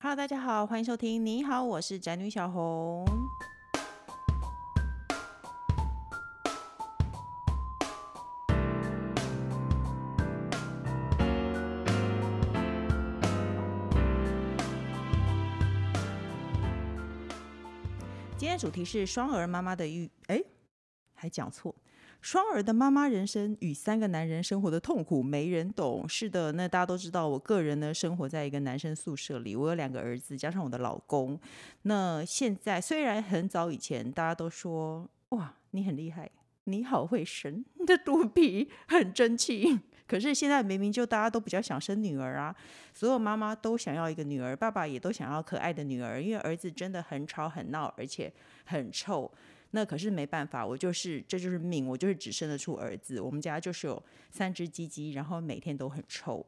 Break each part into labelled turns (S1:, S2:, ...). S1: Hello，大家好，欢迎收听。你好，我是宅女小红。今天的主题是双儿妈妈的育，哎，还讲错。双儿的妈妈人生与三个男人生活的痛苦，没人懂。是的，那大家都知道，我个人呢生活在一个男生宿舍里，我有两个儿子，加上我的老公。那现在虽然很早以前大家都说，哇，你很厉害，你好会生，你的肚皮很争气。可是现在明明就大家都比较想生女儿啊，所有妈妈都想要一个女儿，爸爸也都想要可爱的女儿，因为儿子真的很吵很闹，而且很臭。那可是没办法，我就是这就是命，我就是只生得出儿子。我们家就是有三只鸡鸡，然后每天都很臭。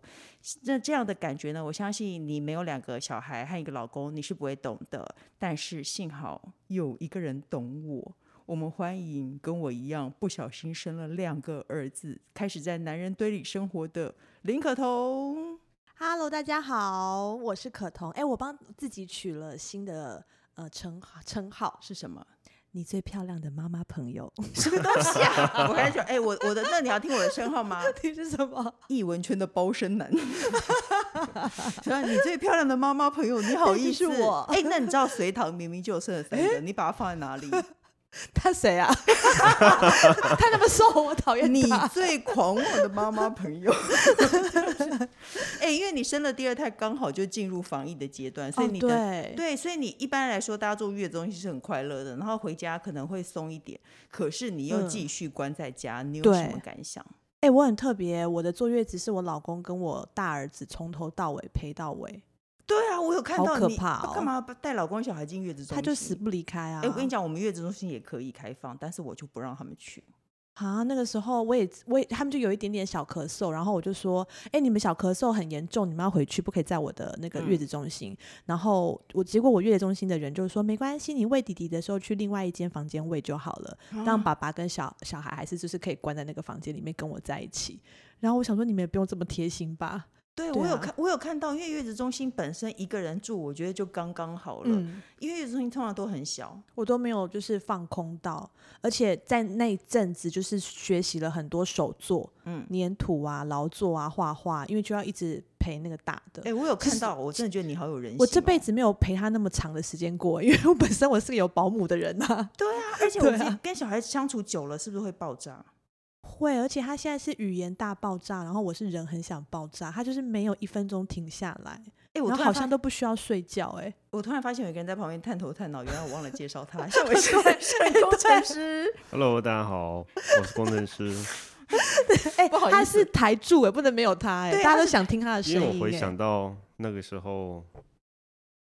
S1: 那这样的感觉呢，我相信你没有两个小孩和一个老公，你是不会懂的。但是幸好有一个人懂我。我们欢迎跟我一样不小心生了两个儿子，开始在男人堆里生活的林可彤。
S2: Hello，大家好，我是可彤。哎、我帮自己取了新的呃称号称号，
S1: 是什么？
S2: 你最漂亮的妈妈朋友，
S1: 什么东西啊？我开始说，哎、我我的，那你要听我的称号吗？
S2: 你是什么？
S1: 艺文圈的包身 男。所以你最漂亮的妈妈朋友，你好意思？
S2: 对就是我哎
S1: 哎、那你知道隋唐明明就有生了三个，你把它放在哪 里？
S2: 他谁啊？ 他那么瘦，我讨厌
S1: 你
S2: 他
S1: 最狂妄的妈妈朋 友。哎、因为你生了第二胎，刚好就进入防疫的阶段，所以
S2: 哦
S1: 你的、
S2: 对
S1: 对，所以你一般来说，大家坐月子中心是很快乐的，然后回家可能会松一点，可是你又
S2: 嗯
S1: 继续关在家，你有什
S2: 对
S1: 么感想？
S2: 哎、我很特别，我的坐月子是我老公跟我大儿子从头到尾陪到尾，
S1: 对啊，我有看
S2: 好
S1: 到
S2: 可
S1: 你
S2: 怕
S1: 啊
S2: 哦
S1: 干嘛带老公小孩进月子中心？
S2: 他就死不离开啊。
S1: 哎、我跟你讲，我们月子中心也可以开放，但是我就不让他们去。
S2: 啊，那个时候我也我也他们就有一点点小咳嗽，然后我就说，哎、你们小咳嗽很严重，你们要回去，不可以在我的那个月
S1: 嗯
S2: 子中心。然后我结果我月子中心的人就说，没关系，你喂弟弟的时候去另外一间房间喂就好了，让爸爸跟小小孩还是就是可以关在那个房间里面跟我在一起。然后我想说，你们也不用这么贴心吧？
S1: 对，
S2: 对
S1: 我有
S2: 啊
S1: 看，我有看到，因为月子中心本身一个人住，我觉得就刚刚好了。
S2: 嗯，
S1: 因为月子中心通常都很小，
S2: 我都没有就是放空到，而且在那一阵子就是学习了很多手作，
S1: 嗯
S2: 嗯，粘土啊、劳作啊、画画，因为就要一直陪那个大的
S1: 哎、。我有看
S2: 是
S1: 到，我真的觉得你好有人性哦、
S2: 我这辈子没有陪他那么长的时间过，因为我本身我是个有保姆的人呐、
S1: 对啊，而且我
S2: 对
S1: 自己
S2: 啊
S1: 跟小孩相处久了，是不是会爆炸？
S2: 会，而且他现在是语言大爆炸，然后我是人很想爆炸，他就是没有一分钟停下来，
S1: 哎、我突
S2: 然后
S1: 然
S2: 好
S1: 发
S2: 像都不需要睡觉、哎，
S1: 我突然发现有一个人在旁边探头探脑，原来我忘了介绍他，像我是是工程师，
S3: Hello，大家好，我是工程师。
S2: 哎、
S1: 不好意
S2: 他
S1: 思
S2: 是台柱、哎，不能没有他、哎
S1: 对，
S2: 大
S1: 他
S2: 家都
S1: 是
S2: 想听他的声
S3: 因
S2: 音、
S3: 为我回
S2: 哎
S3: 想到那个时候，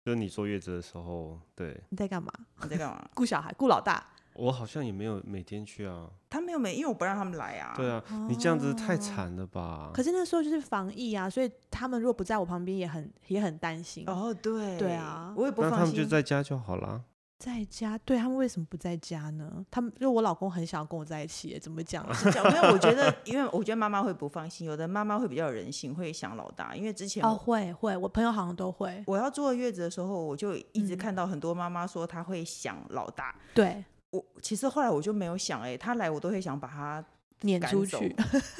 S3: 就你坐月子的时候，对
S2: 你在干嘛？
S1: 你在干嘛？
S2: 顾小孩，顾老大，
S3: 我好像也没有每天去啊。
S1: 他没有没，因为我不让他们来啊。
S3: 对，啊，你这样子太
S2: 哦
S3: 惨了吧？
S2: 可是那时候就是防疫啊，所以他们如果不在我旁边，也很也很担心。
S1: 哦对，
S2: 对啊
S1: 我也不
S3: 那
S1: 放心。
S3: 他们就在家就好啦。
S2: 在家，对他们为什么不在家呢？他们就我老公很想要跟我在一起耶，怎么 讲啊？
S1: 是这样，没有，我觉得，因为我觉得妈妈会不放心，有的妈妈会比较有人性，会想老大。因为之前我,、
S2: 哦，会会，我朋友好像都会。
S1: 我要坐月子的时候，我就一直
S2: 嗯
S1: 看到很多妈妈说她会想老大。
S2: 对，
S1: 我其实后来我就没有想、欸，哎，她来我都会想把她
S2: 撵
S1: 赶
S2: 出
S1: 走
S2: 去。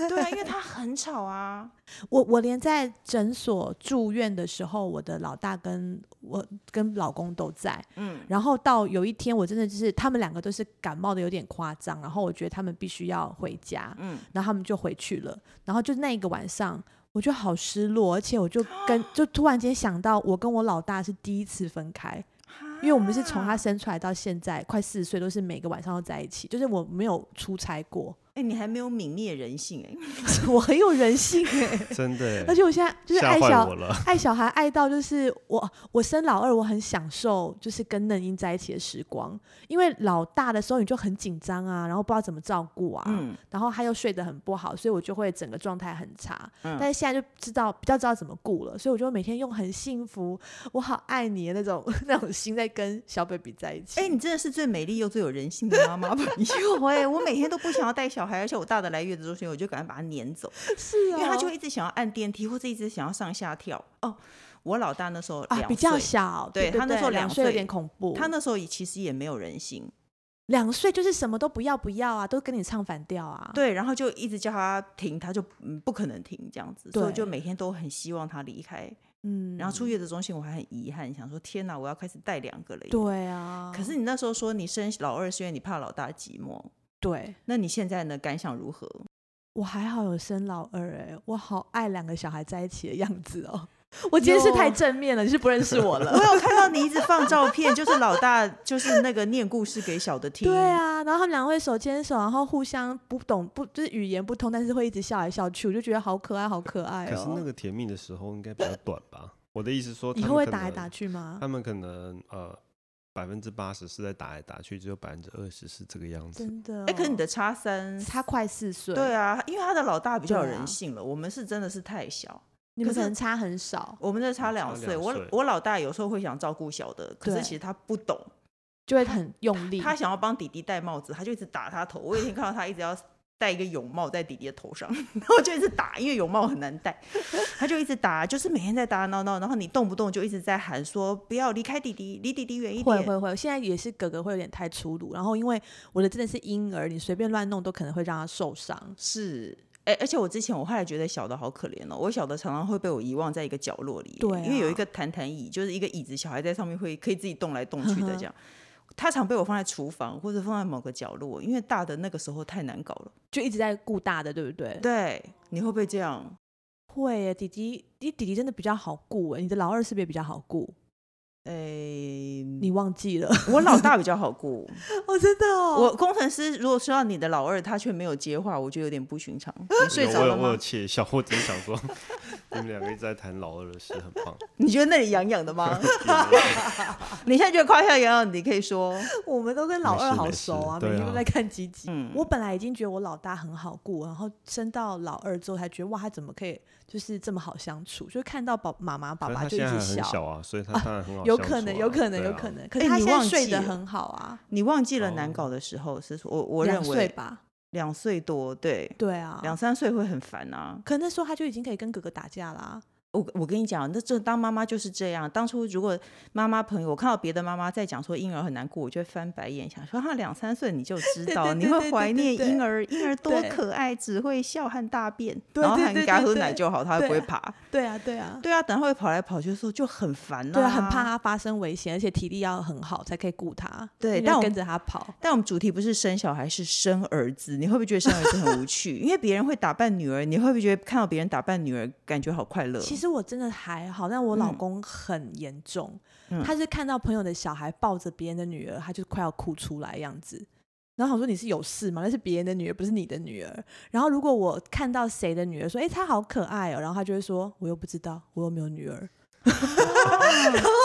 S1: 对啊，因 为她很吵啊。
S2: 我我连在诊所住院的时候，我的老大跟我跟老公都在。
S1: 嗯，
S2: 然后到有一天，我真的就是他们两个都是感冒的有点夸张，然后我觉得他们必须要回家，
S1: 嗯
S2: 然后他们就回去了，然后就那一个晚上。我就好失落，而且我就
S1: 啊
S2: 跟就突然间想到，我跟我老大是第一次分开，因为我们是从他
S1: 啊
S2: 生出来到现在快四岁，都是每个晚上都在一起，就是我没有出差过，
S1: 哎、你还没有泯灭人性哎、
S2: 我很有人性哎、
S3: 真的欸，
S2: 而且我现在就是
S3: 吓
S2: 爱
S3: 坏
S2: 小
S3: 我了。
S2: 爱小孩爱到就是我，我生老二，我很享受就是跟嫩英在一起的时光，因为老大的时候你就很紧张啊，然后不知道怎么照顾啊，
S1: 嗯，
S2: 然后他又睡得很不好，所以我就会整个状态很差。
S1: 嗯
S2: 但是现在就知道比较知道怎么顾了，所以我就每天用很幸福，我好爱你的那种 那种心在跟小 baby 在一起。
S1: 哎、你真的是最美丽又最有人性的妈妈 朋友哎、我每天都不想要带小孩，而且我大的来月子中心，我就赶快把他撵走。
S2: 是
S1: 因
S2: 啊、
S1: 为他就会一直想要按电梯，或者一直想要上下跳。哦，我老大那时候
S2: 啊，
S1: 两
S2: 比较
S1: 岁
S2: 小，
S1: 对
S2: 对
S1: 他那时候
S2: 对两
S1: 两
S2: 岁有
S1: 岁
S2: 点恐怖，
S1: 他那时候也其实也没有人性，
S2: 两岁就是什么都不要不要啊，都跟你唱反调啊，
S1: 对，然后就一直叫他停，他就嗯不可能停这样子，所以我就
S2: 对
S1: 每天都很希望他离开。
S2: 嗯，
S1: 然后出月子中心我还很遗憾，想说天哪，我要开始带两个了耶。
S2: 对啊，
S1: 可是你那时候说你生老二是因为你怕老大寂寞，
S2: 对
S1: 那你现在呢？感想如何？
S2: 我还好有生老二哎、我好爱两个小孩在一起的样子哦。 我今天是太
S1: 哟
S2: 正面了，你是不认识我了。
S1: 我有看到你一直放照片，就是老大就是那个念故事给小的听。
S2: 对，啊，然后他们俩会手牵手，然后互相不懂不就是语言不通，但是会一直笑来笑去，我就觉得好可爱，好可爱
S3: 可是那
S2: 哦。
S3: 个甜蜜的时候应该比较短吧？我的意思说，
S2: 以
S3: 他
S2: 后
S3: 们
S2: 会
S3: 可
S2: 打来
S3: 能
S2: 打去吗？
S3: 他们可能呃百分之八十是在打来打去，只有百分之二十是这个样子。
S2: 真的、哦，
S1: 哎，可是你的差三，
S2: 他快四岁，
S1: 对，啊，因为他的老大比较有
S2: 对啊
S1: 人性了，我们是真的是太小。
S2: 你们
S1: 可
S2: 可
S1: 是
S2: 能差很少，
S1: 我们这
S2: 嗯
S1: 差两
S3: 差
S1: 岁，
S3: 两
S1: 我
S3: 岁
S1: 我老大有时候会想照顾小的，可是
S2: 对嗯
S1: 其实他不懂，
S2: 就会很用力。
S1: 他想要帮弟弟戴帽子，他就一直打他头。我有一天看到他一直要戴一个泳帽在弟弟的头上， 然后就一直打，因为泳帽很难 戴，他就一直打，就是每天在打打闹闹，然后你动不动就一直在喊说不要离开弟弟，离弟弟远一
S2: 会
S1: 点。
S2: 会会，现在也是哥哥会有点太粗鲁，然后因为我的真的是婴儿，你随便乱弄都可能会让他受伤。
S1: 是。哎、而且我之前我后来觉得小的好可怜哦，我小的常常会被我遗忘在一个角落里耶，
S2: 对啊
S1: 因为有一个弹弹椅，就是一个椅子，小孩在上面会可以自己动来动去的这样。他常被我放在厨房或者放在某个角落，因为大的那个时候太难搞了。
S2: 就一直在顾大的，对不对？
S1: 对，你会不会这样？
S2: 会耶，弟弟，你弟弟真的比较好顾诶，你的老二是不是也比较好顾？
S1: 哎、
S2: 你忘记了？
S1: 我老大比较好顾，
S2: 哦，真的哦
S1: 我工程师如果说到你的老二，他却没有接话，我觉得有点不寻常。你睡
S3: 有
S1: 着
S3: 我
S1: 了
S3: 有我有
S1: 吗？
S3: 窃笑，我只是想说你们两个一直在谈老二的事，很棒。
S1: 你觉得那里痒痒的吗？
S3: 有
S1: 你现在觉得夸下痒痒，你可以说，
S2: 我们都跟老
S3: 没
S2: 二
S3: 事
S2: 好
S3: 没
S2: 熟啊，
S3: 事
S2: 每
S3: 对
S2: 天都
S3: 啊
S2: 在看吉吉。
S1: 嗯，
S2: 我本来已经觉得我老大很好顾，然后升到老二之后才觉得哇，他怎么可以就是这么好相处？就是看到宝妈妈爸
S3: 可是
S2: 爸
S3: 他
S2: 就
S3: 现
S2: 一
S3: 在还
S2: 直
S3: 很
S2: 笑，
S3: 小啊，所以他当然很好相处
S2: 有
S3: 啊、
S2: 可能，有可能，
S3: 对啊
S2: 有可。能。可
S1: 哎
S2: 是他
S1: 你
S2: 现在
S1: 忘
S2: 睡
S1: 记
S2: 得
S1: 了
S2: 很好啊，
S1: 你忘记了难
S3: 哦
S1: 搞的时候是我我认
S2: 两岁
S1: 为
S2: 吧？
S1: 两岁多，对，
S2: 对啊，
S1: 两三岁会很烦啊。
S2: 可那时候他就已经可以跟哥哥打架啦、
S1: 我我跟你讲，那这当妈妈就是这样。当初如果妈妈朋友，我看到别的妈妈在讲说婴儿很难过，我就会翻白眼，想说他两三岁你就知
S2: 对
S1: 道，
S2: 对
S1: 你
S2: 对
S1: 会
S2: 对
S1: 怀
S2: 对
S1: 念
S2: 对
S1: 婴儿，婴儿多
S2: 对
S1: 可爱，只会笑和大便，
S2: 对
S1: 然后
S2: 对
S1: 喊
S2: 对
S1: 给他
S2: 对
S1: 喝
S2: 对
S1: 奶就好，他会不会
S2: 对
S1: 爬？
S2: 对啊，对啊，
S1: 对啊，等他会跑来跑去的时候就很烦
S2: 对啊，很怕。他发生危险，而且体力要很好才可以顾他。
S1: 对
S2: 因为
S1: 但
S2: 要
S1: 我
S2: 跟着他跑。
S1: 但我们主题不是生小孩，是生儿子。你会不会觉得生儿子很无趣？因为别人会打扮女儿，你会不会觉得看到别人打扮女儿感觉好快乐？
S2: 其实我真的还好，但我老
S1: 嗯
S2: 公很严重，
S1: 嗯
S2: 他是看到朋友的小孩抱着别人的女儿，他就快要哭出来样子。然后我说你是有事吗？那是别人的女儿，不是你的女儿。然后如果我看到谁的女儿说，哎、她好可爱哦、然后他就会说，我又不知道，我又没有女儿。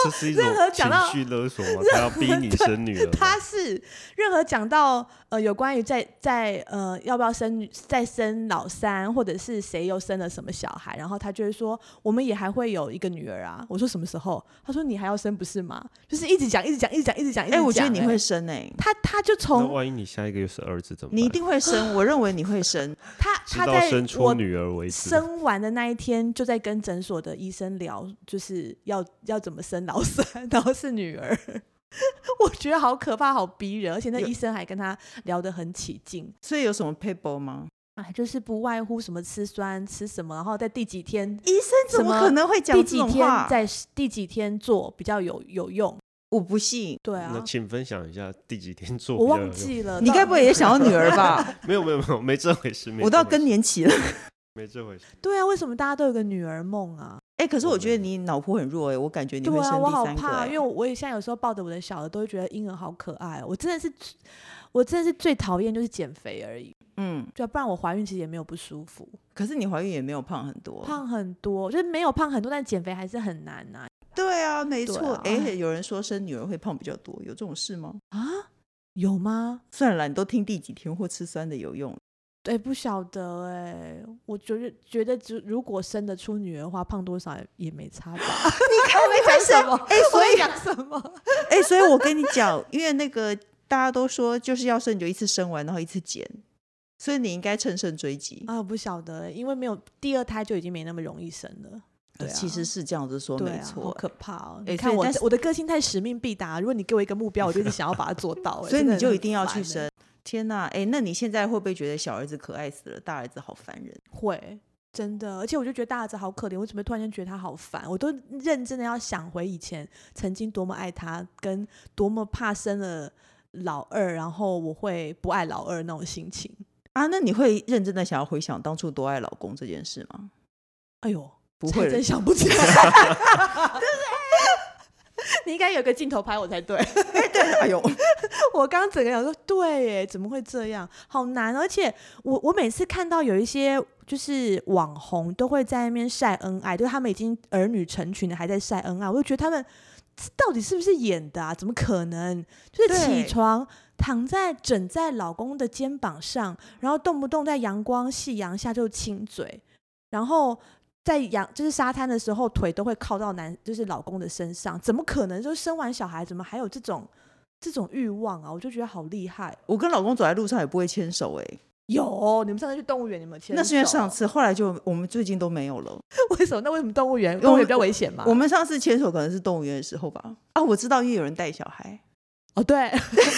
S3: 这是一种
S2: 任何讲到
S3: 情绪勒索吗？他要逼你生女儿吗，
S2: 他是任何讲到呃有关于在在呃要不要生女再生老三，或者是谁又生了什么小孩，然后他就会说我们也还会有一个女儿啊。我说什么时候？他说你还要生不是吗？就是一直讲一直讲一直讲一直讲。一直
S1: 哎、我觉得
S2: 讲
S1: 你
S2: 欸
S1: 会生哎、
S2: 他他就
S3: 那
S2: 从
S3: 万一你下一个又是儿子怎么办？
S1: 你一定会生。我认为你会生。
S2: 他
S3: 直
S2: 他
S3: 到
S2: 在
S3: 生出
S2: 我
S3: 女儿为止。
S2: 生完的那一天就在跟诊所的医生聊，就是要要怎么生老三，然后是女儿。 我觉得好可怕，好逼人，而且那
S1: 有
S2: 医生还跟他聊得很起劲。
S1: 所以有什么 paper 吗？
S2: 哎，就是不外乎什么吃酸吃什么，然后在第几天
S1: 医生怎么
S2: 什么
S1: 可能会讲
S2: 第
S1: 这
S2: 几
S1: 种
S2: 天
S1: 话？
S2: 在第几天做比较有有用。
S1: 我不信。
S2: 对
S3: 那
S2: 啊，
S3: 请分享一下第几天做？
S2: 我忘。记了。
S1: 你该不会也想要女儿吧？
S3: 没有没有没有，没这回事。没
S1: 我到
S3: 这回
S1: 更
S3: 事
S1: 年期了。
S3: 没这回事。
S2: 对啊？为什么大家都有个女儿梦啊？
S1: 哎、可是
S3: 我
S1: 我
S3: 没
S1: 觉得
S3: 有
S1: 你脑波很弱哎、我感觉你会
S2: 对
S1: 生
S2: 啊，
S1: 第
S2: 我好
S1: 三个、
S2: 怕，
S1: 哎
S2: 因为我也现在有时候抱着我的小的，都会觉得婴儿好可爱哦、我真的是，我真的是最讨厌就是减肥而已，
S1: 嗯，
S2: 对啊、不然我怀孕其实也没有不舒服，
S1: 可是你怀孕也没有胖很多。
S2: 胖很多，就是没有胖很多，但减肥还是很难啊。
S1: 对啊，没
S2: 对
S1: 错。
S2: 啊
S1: 哎、有人说生女儿会胖比较多，有这种事吗？
S2: 啊，有吗？
S1: 算了啦，你都听第几天或吃酸的有用。
S2: 对，不晓得哎、我觉得觉得只如果生得出女儿的话，胖多少也也没差吧。 你看没讲什么？哎、所以 讲什么？
S1: 哎、所以我跟你讲，因为那个大家都说就是要生你就一次生完，然后一次减，所以你应该乘胜追击。
S2: 啊啊，我不晓得欸、因为没有第二胎就已经没那么容易生了。
S1: 呃
S2: 对啊
S1: 其实是这样子说
S2: 对
S1: 没
S2: 啊，好
S1: 错。
S2: 可怕哦！
S1: 哎
S2: 你
S1: 所
S2: 看
S1: 以
S2: 我
S1: 但
S2: 的
S1: 是
S2: 我的个性太使命必达，如果你给我一个目标，我就一直想要把它做 到、
S1: 所
S2: 哎
S1: 以
S2: 真的
S1: 你就
S2: 很
S1: 一定要
S2: 烦
S1: 去
S2: 哎
S1: 生。天呐，哎，那你现在会不会觉得小儿子可爱死了，大儿子好烦人？
S2: 会，真的，而且我就觉得大儿子好可怜，我怎么突然间觉得他好烦？我都认真的要想回以前曾经多么爱他，跟多么怕生了老二，然后我会不爱老二那种心情。
S1: 啊，那你会认真的想要回想当初多爱老公这件事吗？
S2: 哎呦，
S1: 不
S2: 才
S1: 会
S2: 真
S1: 了，
S2: 想不起来，对不对？你应该有个镜头拍我才对。
S1: 哎呦，
S2: 我刚刚整个想说，对耶，怎么会这样？好难哦，而且我我每次看到有一些就是网红都会在那边晒恩爱，就是他们已经儿女成群了，还在晒恩爱，我就觉得他们这到底是不是演的啊？怎么可能？就是
S1: 对
S2: 起床。躺在枕在老公的肩膀上，然后动不动在阳光夕阳下就亲嘴，然后在阳就是沙滩的时候腿都会靠到男就是老公的身上，怎么可能？就生完小孩怎么还有这种这种欲望啊，我就觉得好厉害。
S1: 我跟老公走在路上也不会牵手哎、
S2: 有，你们上次去动物园，你们牵
S1: 那是因为
S2: 手
S1: 上次，后来就我们最近都没有了。
S2: 为什么？那为什么动物园
S1: 为
S2: 动
S1: 我
S2: 物园
S1: 们
S2: 比较危险嘛？
S1: 我们上次牵手可能是动物园的时候吧。啊，我知道，因为有人带小孩。
S2: 哦， 对，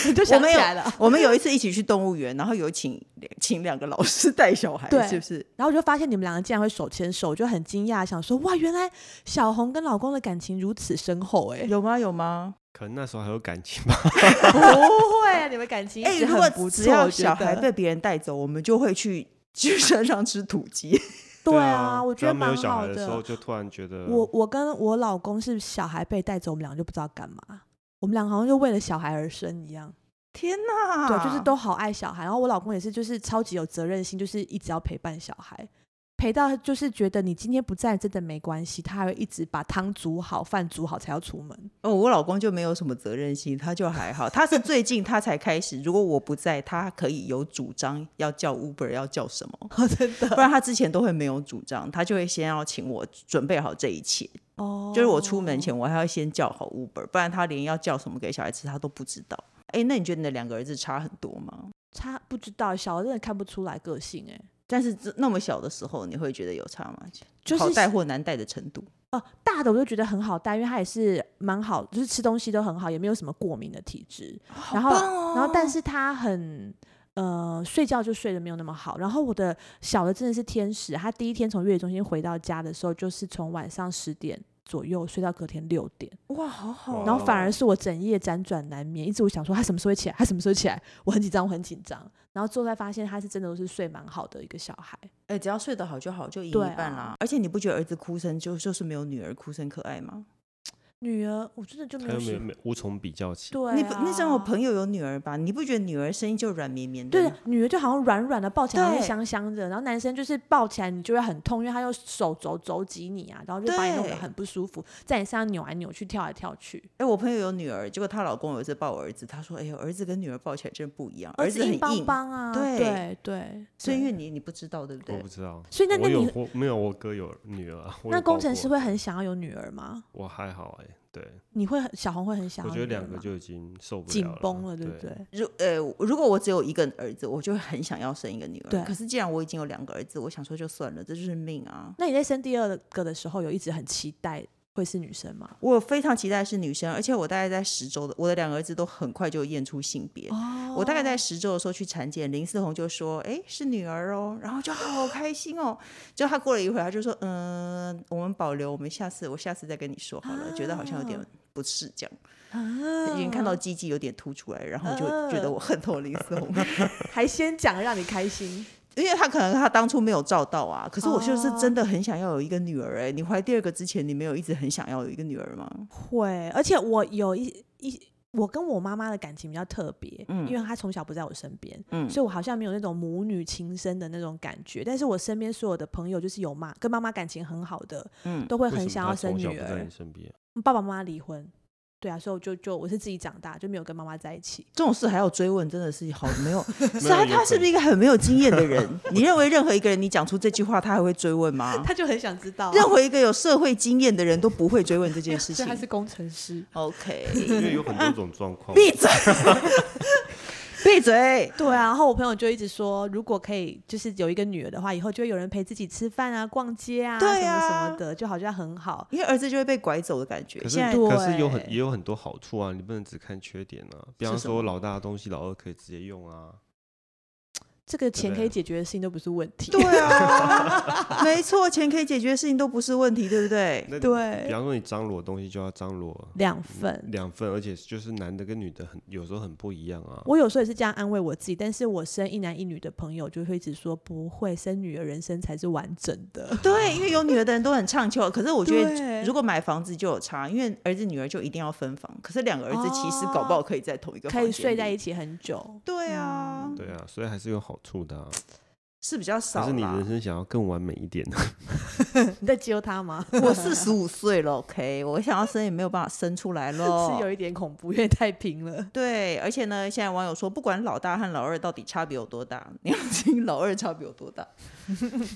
S2: 你就想
S1: 们
S2: 起
S1: 有
S2: 来了。
S1: 我们有一次一起去动物园，然后有请 请两个老师带小孩，
S2: 对
S1: 是不是？
S2: 然后我就发现你们两个竟然会手牵手，我就很惊讶，想说哇，原来小红跟老公的感情如此深厚哎、
S1: 有吗？有吗？
S3: 可能那时候还有感情吧。
S2: 不会啊，你们感情一
S1: 哎、
S2: 直
S1: 如果
S2: 很不
S1: 只
S2: 错
S1: 要
S2: 我觉
S1: 小孩
S2: 得
S3: 啊
S1: 被别人带走，我们就会去 去山上吃土 鸡。
S2: 对啊，
S3: 啊，
S2: 我觉得
S3: 当没有
S2: 蛮
S3: 小
S2: 好
S3: 孩的时候，就突然觉得
S2: 我我跟我老公是小孩被带走，我们两个就不知道干嘛，我们两个好像就为了小孩而生一样。
S1: 天哪！
S2: 对，就是都好爱小孩。然后我老公也是，就是超级有责任心，就是一直要陪伴小孩，陪到就是觉得你今天不在真的没关系，他还会一直把汤煮好、饭煮好才要出门。
S1: 哦，我老公就没有什么责任心，他就还好。 他是最近他才开始，如果我不在，他可以有主张要叫 Uber 要叫什么，
S2: 哦真
S1: 不
S2: 的
S1: 然他之前都会没有主张，他就会先要请我准备好这一切。
S2: 哦
S1: 就是我出门前，我还要先叫好 Uber，不然他连要叫什么给小孩吃他都不知道。哎，那你觉得你的两个儿子差很多吗？
S2: 差不知道，小的真的看不出来个性哎、
S1: 但是这那么小的时候，你会觉得有差吗？
S2: 就
S1: 好
S2: 是
S1: 带或难带的程度。
S2: 哦，大的我就觉得很好带，因为他也是蛮好，就是吃东西都很好，也没有什么过敏的体质。
S1: 哦
S2: 然后，然后但是他很呃睡觉就睡得没有那么好。然后我的小的真的是天使，他第一天从月子中心回到家的时候，就是从晚上十点左右睡到隔天六点，
S1: 哇，好好
S2: 然后反而
S3: 哦
S2: 是我整夜辗转难眠，一直我想说他什么时候会起来，他什么时候起来，我很紧张，我很紧张。然后最后才发现他是真的都是睡蛮好的一个小孩。
S1: 哎，只要睡得好就好，就赢一
S2: 对
S1: 半
S2: 啊
S1: 啦。而且你不觉得儿子哭声就就是没有女儿哭声可爱吗？
S2: 女儿，我真的就没
S3: 他
S2: 有
S3: 又没
S2: 喜
S3: 有没有无从比较起。
S2: 对、啊，
S1: 你不，那像我朋友有女儿吧，你不觉得女儿声音就软绵绵的？
S2: 对，女的就好像软软的抱起来，好像
S1: 对
S2: 香香的，然后男生就是抱起来你就会很痛，因为他用手肘肘击你啊，然后就把你弄得
S1: 对
S2: 很不舒服，在你身上扭来扭去、跳来跳去。
S1: 哎，我朋友有女儿，结果她老公有一次抱我儿子，她说：“哎呦，儿子跟女儿抱起来真不一样，
S2: 儿
S1: 子很
S2: 硬邦
S1: 硬。
S2: 邦啊，
S1: 对
S2: 对对，
S1: 所以因为
S2: 对
S1: 你你不知道对不
S3: 我
S1: 对
S3: 不？知道，
S2: 所以那那
S3: 我有
S2: 你
S3: 我没有，我哥有女儿啊。我有
S2: 那
S3: 抱
S2: 工程
S3: 过
S2: 师会很想要有女儿吗？
S3: 我还好哎、对，
S2: 你会很小红会很想
S3: 我
S2: 要
S3: 觉
S2: 女儿
S3: 得
S2: 吗？
S3: 两个就已经受不了
S2: 紧
S3: 了
S2: 绷了，对不
S3: 对？
S2: 对？
S1: 如呃，如果我只有一个儿子，我就会很想要生一个女
S2: 对
S1: 儿。可是既然我已经有两个儿子，我想说就算了，这就是命啊。
S2: 那你在生第二个的时候，有一直很期待会是女生吗？
S1: 我非常期待是女生，而且我大概在十周的，我的两个儿子都很快就验出性别。
S2: 哦
S1: 我大概在十周的时候去产检，林思红就说：“哎、是女儿哦。”然后就好开心哦。就他过了一会儿，他就说：“嗯，我们保留，我们下次我下次再跟你说好了。觉得好像有点
S2: 啊
S1: 不是这样，
S2: 啊
S1: 已经看到鸡鸡有点凸出来，然后我就觉得
S2: 嗯
S1: 我恨透林思 红，
S2: 还先讲让你开 心，
S1: 因为他可能他当初没有照到啊。可是我就是
S2: 哦
S1: 真的很想要有一个女儿哎、你怀第二个之前，你没有一直很想要有一个女儿吗？
S2: 会，而且我有一一，我跟我妈妈的感情比较特别，
S1: 嗯
S2: 因为她从小不在我身边，
S1: 嗯，
S2: 所以我好像没有那种母女情深的那种感觉。但是我身边所有的朋友，就是有妈跟妈妈感情很好的，
S1: 嗯，
S2: 都会
S3: 为什
S2: 很
S3: 么
S2: 想
S3: 他
S2: 要生
S3: 从小
S2: 女
S3: 不在
S2: 儿
S3: 你。身边，
S2: 爸爸妈妈离婚，对啊，所以我就就我是自己长大，就没有跟妈妈在一起。
S1: 这种事还要追问，真的是好没有。是
S3: 没有
S1: 他
S3: 一个
S1: 他是不
S3: 本
S1: 是一个很没有经验的人？你认为任何一个人你讲出这句话，他还会追问吗？
S2: 她就很想知道啊、
S1: 任何一个有社会经验的人都不会追问这件事
S2: 所
S1: 情
S2: 以。她是工程师。
S1: OK，
S3: 因为有很多种状况。
S1: 闭嘴。 闭嘴。
S2: 对啊，然后我朋友就一直说，如果可以，就是有一个女儿的话，以后就会有人陪自己吃饭啊、逛街啊，
S1: 对
S2: 什么什
S1: 啊
S2: 么的，就好像很好。
S1: 因为儿子就会被拐走的感觉。
S3: 可是
S1: 现在
S2: 对
S3: 可是有很
S2: 对
S3: 也有很多好处啊，你不能只看缺点啊。比
S1: 是
S3: 方
S1: 什么
S3: 说老大的东西，老二可以直接用啊。
S2: 这个钱
S3: 对
S2: 可以解决的事情都不是问题。
S1: 对啊，没错，钱可以解决的事情都不是问题，对不对？
S3: 那比
S2: 对，
S3: 方说你张罗的东西就要张罗
S2: 两份。
S3: 两份，而且就是男的跟女的很有时候很不一样啊。
S2: 我有时候也是这样安慰我自己，但是我生一男一女的朋友就会一直说不会生女儿，人生才是完整的。
S1: 对，因为有女儿的人都很畅 秋，可是我觉得
S2: 对
S1: 如果买房子就有差，因为儿子女儿就一定要分房，可是两个儿子其实搞不好可以在同一个房
S2: 哦
S1: 间，
S2: 可以睡在一
S1: 起。
S2: 起嗯很 久。
S1: 对啊，
S3: 对啊，所以还是有好处的、啊。
S1: 是比较
S3: 但
S1: 少
S3: 是你
S1: 啦
S3: 人。生想要更完美一点，
S2: 你在揪他吗？
S1: 我四十五岁了，OK，我想要生也没有办法生出来咯。
S2: 是有一点恐怖，因为太平了。
S1: 对，而且呢，现在网友说，不管老大和老二到底差别有多大， 你要听老二差别有多大。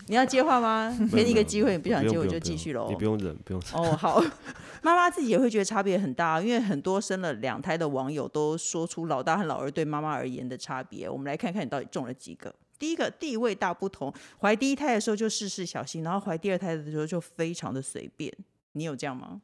S1: 你要接话吗？给你一个机会，你不想接我就继续喽
S3: 喽。。你不用忍，不用 忍。
S1: 哦，好， 妈妈自己也会觉得差别很大，因为很多生了两胎的网友都说出老大和老二对妈妈而言的差别。我们来看看你到底中了几个。第一个地位大不同，怀第一胎的时候就事事小心，然后怀第二胎的时候就非常的随便。你有这样吗？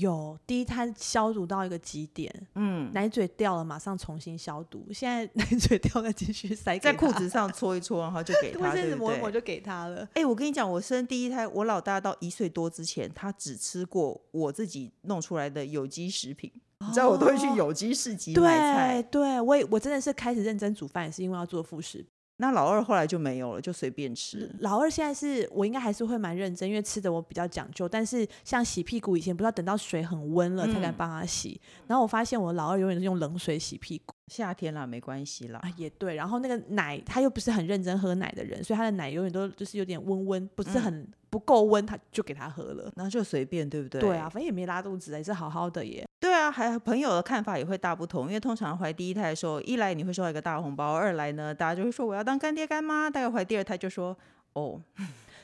S2: 有第一胎消毒到一个极点，
S1: 嗯，
S2: 奶嘴掉了，马上重新消毒。现在奶嘴掉了，继续塞
S1: 在
S2: 给
S1: 裤
S2: 他
S1: 子，上搓一搓，然后就 给
S2: 卫
S1: 他，
S2: 生
S1: 对
S2: 纸
S1: 不
S2: 抹
S1: 对
S2: 一？抹就给他了。
S1: 哎、我跟你讲，我生第一胎，我老大到一岁多之前，他只吃过我自己弄出来的有机食品。你知道我都会去
S2: 哦
S1: 有机市集买菜。
S2: 对对，我也我真的是开始认真煮饭，也是因为要做副食。
S1: 那老二后来就没有了，就随便吃。
S2: 老二现在是我应该还是会蛮认真，因为吃的我比较讲究。但是像洗屁股以前，不知道等到水很温了才敢
S1: 嗯
S2: 帮他洗。然后我发现我老二永远是用冷水洗屁股
S1: 夏天啦，没关系啦
S2: 啊。，也对。然后那个奶他又不是很认真喝奶的人，所以他的奶永远都就是有点温温，不是
S1: 嗯
S2: 很、不够温，他就给他喝了。
S1: 那就随便，对不对？
S2: 对啊，，反正也没拉肚子，也是好好的耶。
S1: 对啊，还朋友的看法也会大不同，因为通常怀第一胎的时候，一来你会收到一个大红包，二来呢，大家就会说我要当干爹干妈，大概怀第二胎就说哦，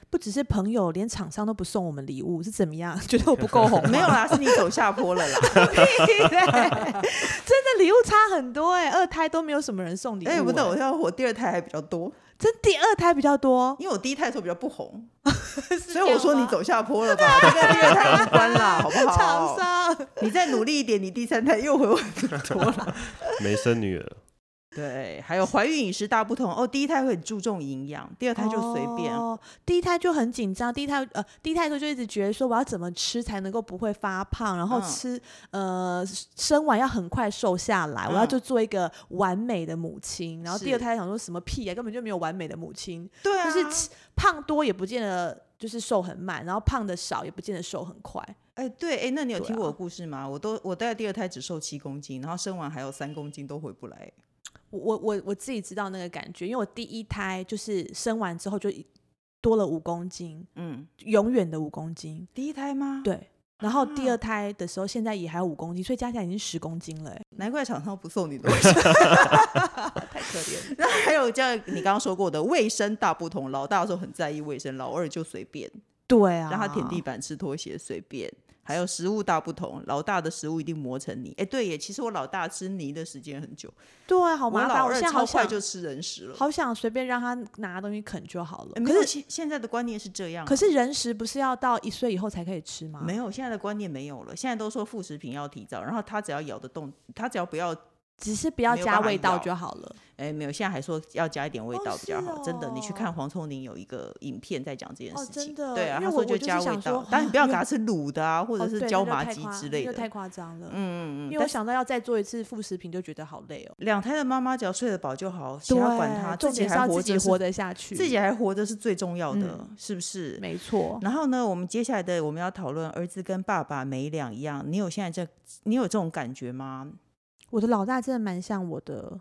S2: 不只是朋友，连厂商都不送我们礼物，是怎么样？ 觉得我不够 红吗？欸
S1: 没 有啦，是你走下坡了啦。
S2: 屁嘞真的礼物差很多哎、二胎都没有什么人送礼物、
S1: 哎、
S2: 欸。
S1: 不对，我要我第二胎还比较多，
S2: 真第二胎比较多，
S1: 因为我第一胎的时候比较不红，
S2: 所
S1: 所以我说你走下坡了吧，这跟第二胎无关 啦，好 不
S2: 厂
S1: 好？
S2: 商。
S1: 你再努力一点，你第三胎又会很多了。
S3: 没生 女儿，
S1: 对，还有怀孕饮食大不同哦，第一胎会很注重营养，第二胎就随便。
S2: 哦，第一胎就很紧张，第一胎呃，第一胎的时候就一直觉得说我要怎么吃才能够不会发胖，然后
S1: 嗯
S2: 吃、呃生完要很快瘦下来，我要
S1: 嗯
S2: 就做一个完美的母亲。然后第
S1: 是
S2: 二胎想说什么屁呀、根本就没有完美的母亲，
S1: 对啊，
S2: 就是吃胖多也不见得就是瘦很慢，然后胖的少也不见得瘦很快。
S1: 哎、对，哎、那你有
S2: 对
S1: 听过我
S2: 啊
S1: 的故事吗？我都我带第二胎只瘦七公斤，然后生完还有三公斤都回不来。
S2: 我我我我自己知道那个感觉，因为我第一胎就是生完之后就一多了五公斤，
S1: 嗯，
S2: 永远的五公斤，
S1: 第一胎吗？，
S2: 对。然后第
S1: 啊
S2: 二胎的时候，现在也还有五公斤，所以加起来已经十公斤了、欸。
S1: 难怪厂商不送你东西，太可怜。那 还有这样，你刚刚说过的卫生大不同，老大的时候很在意卫生，老二就随便。
S2: 对啊，
S1: 让他舔地。板、吃拖鞋随便。还有食物大不同，老大的食物一定磨成泥。哎，对耶，其实我老大吃泥的时间很久，
S2: 对，啊好
S1: 我
S2: 哦麻烦。
S1: 老
S2: 我
S1: 二
S2: 现在好
S1: 超快
S2: 想，
S1: 就吃人食了。
S2: 好想随便让他拿东西啃就好了
S1: 诶，。哎没
S2: 可
S1: 有，
S2: 是
S1: 现现在的观念是这样啊、
S2: 可是人食不是要到一岁以后才可以吃吗？
S1: 没有现在的观念没有了，现在都说副食品要提早，然后他只要咬得动，他只要不要。
S2: 只是不要
S1: 没有
S2: 加
S1: 办法
S2: 味道
S1: 咬
S2: 就好了。
S1: 哎，没有，现在还说要加一点味
S2: 哦
S1: 道比较
S2: 是
S1: 好。真的，你去
S2: 哦
S1: 看黄聪宁有一个影片在讲这件
S2: 哦
S1: 事情。
S2: 真的
S1: 对啊，
S2: 因为
S1: 他说
S2: 我我就是
S1: 加味
S2: 想
S1: 道
S2: 说，
S1: 但你不要给
S2: 啊 因为
S1: 他吃卤的啊，或者
S2: 哦
S1: 是
S2: 对
S1: 椒
S2: 那就
S1: 麻
S2: 太
S1: 鸡
S2: 夸
S1: 之类
S2: 那
S1: 的
S2: 就。太夸张了。
S1: 嗯嗯嗯，
S2: 因为我
S1: 但是
S2: 想到要再做一次副食品，就觉得好累哦。
S1: 两胎的妈妈只要睡得饱就好，谁
S2: 对，
S1: 要管她？
S2: 重
S1: 自己
S2: 点是
S1: 还
S2: 要
S1: 活
S2: 自
S1: 着
S2: 己
S1: 是
S2: 活得下去，
S1: 自己还活着是最重要的，
S2: 嗯
S1: 是不是？
S2: 没错。
S1: 然后呢，我们接下来的我们要讨论儿子跟爸爸没两样。你有现在这，你有这种感觉吗？
S2: 我的老大真的蛮像我的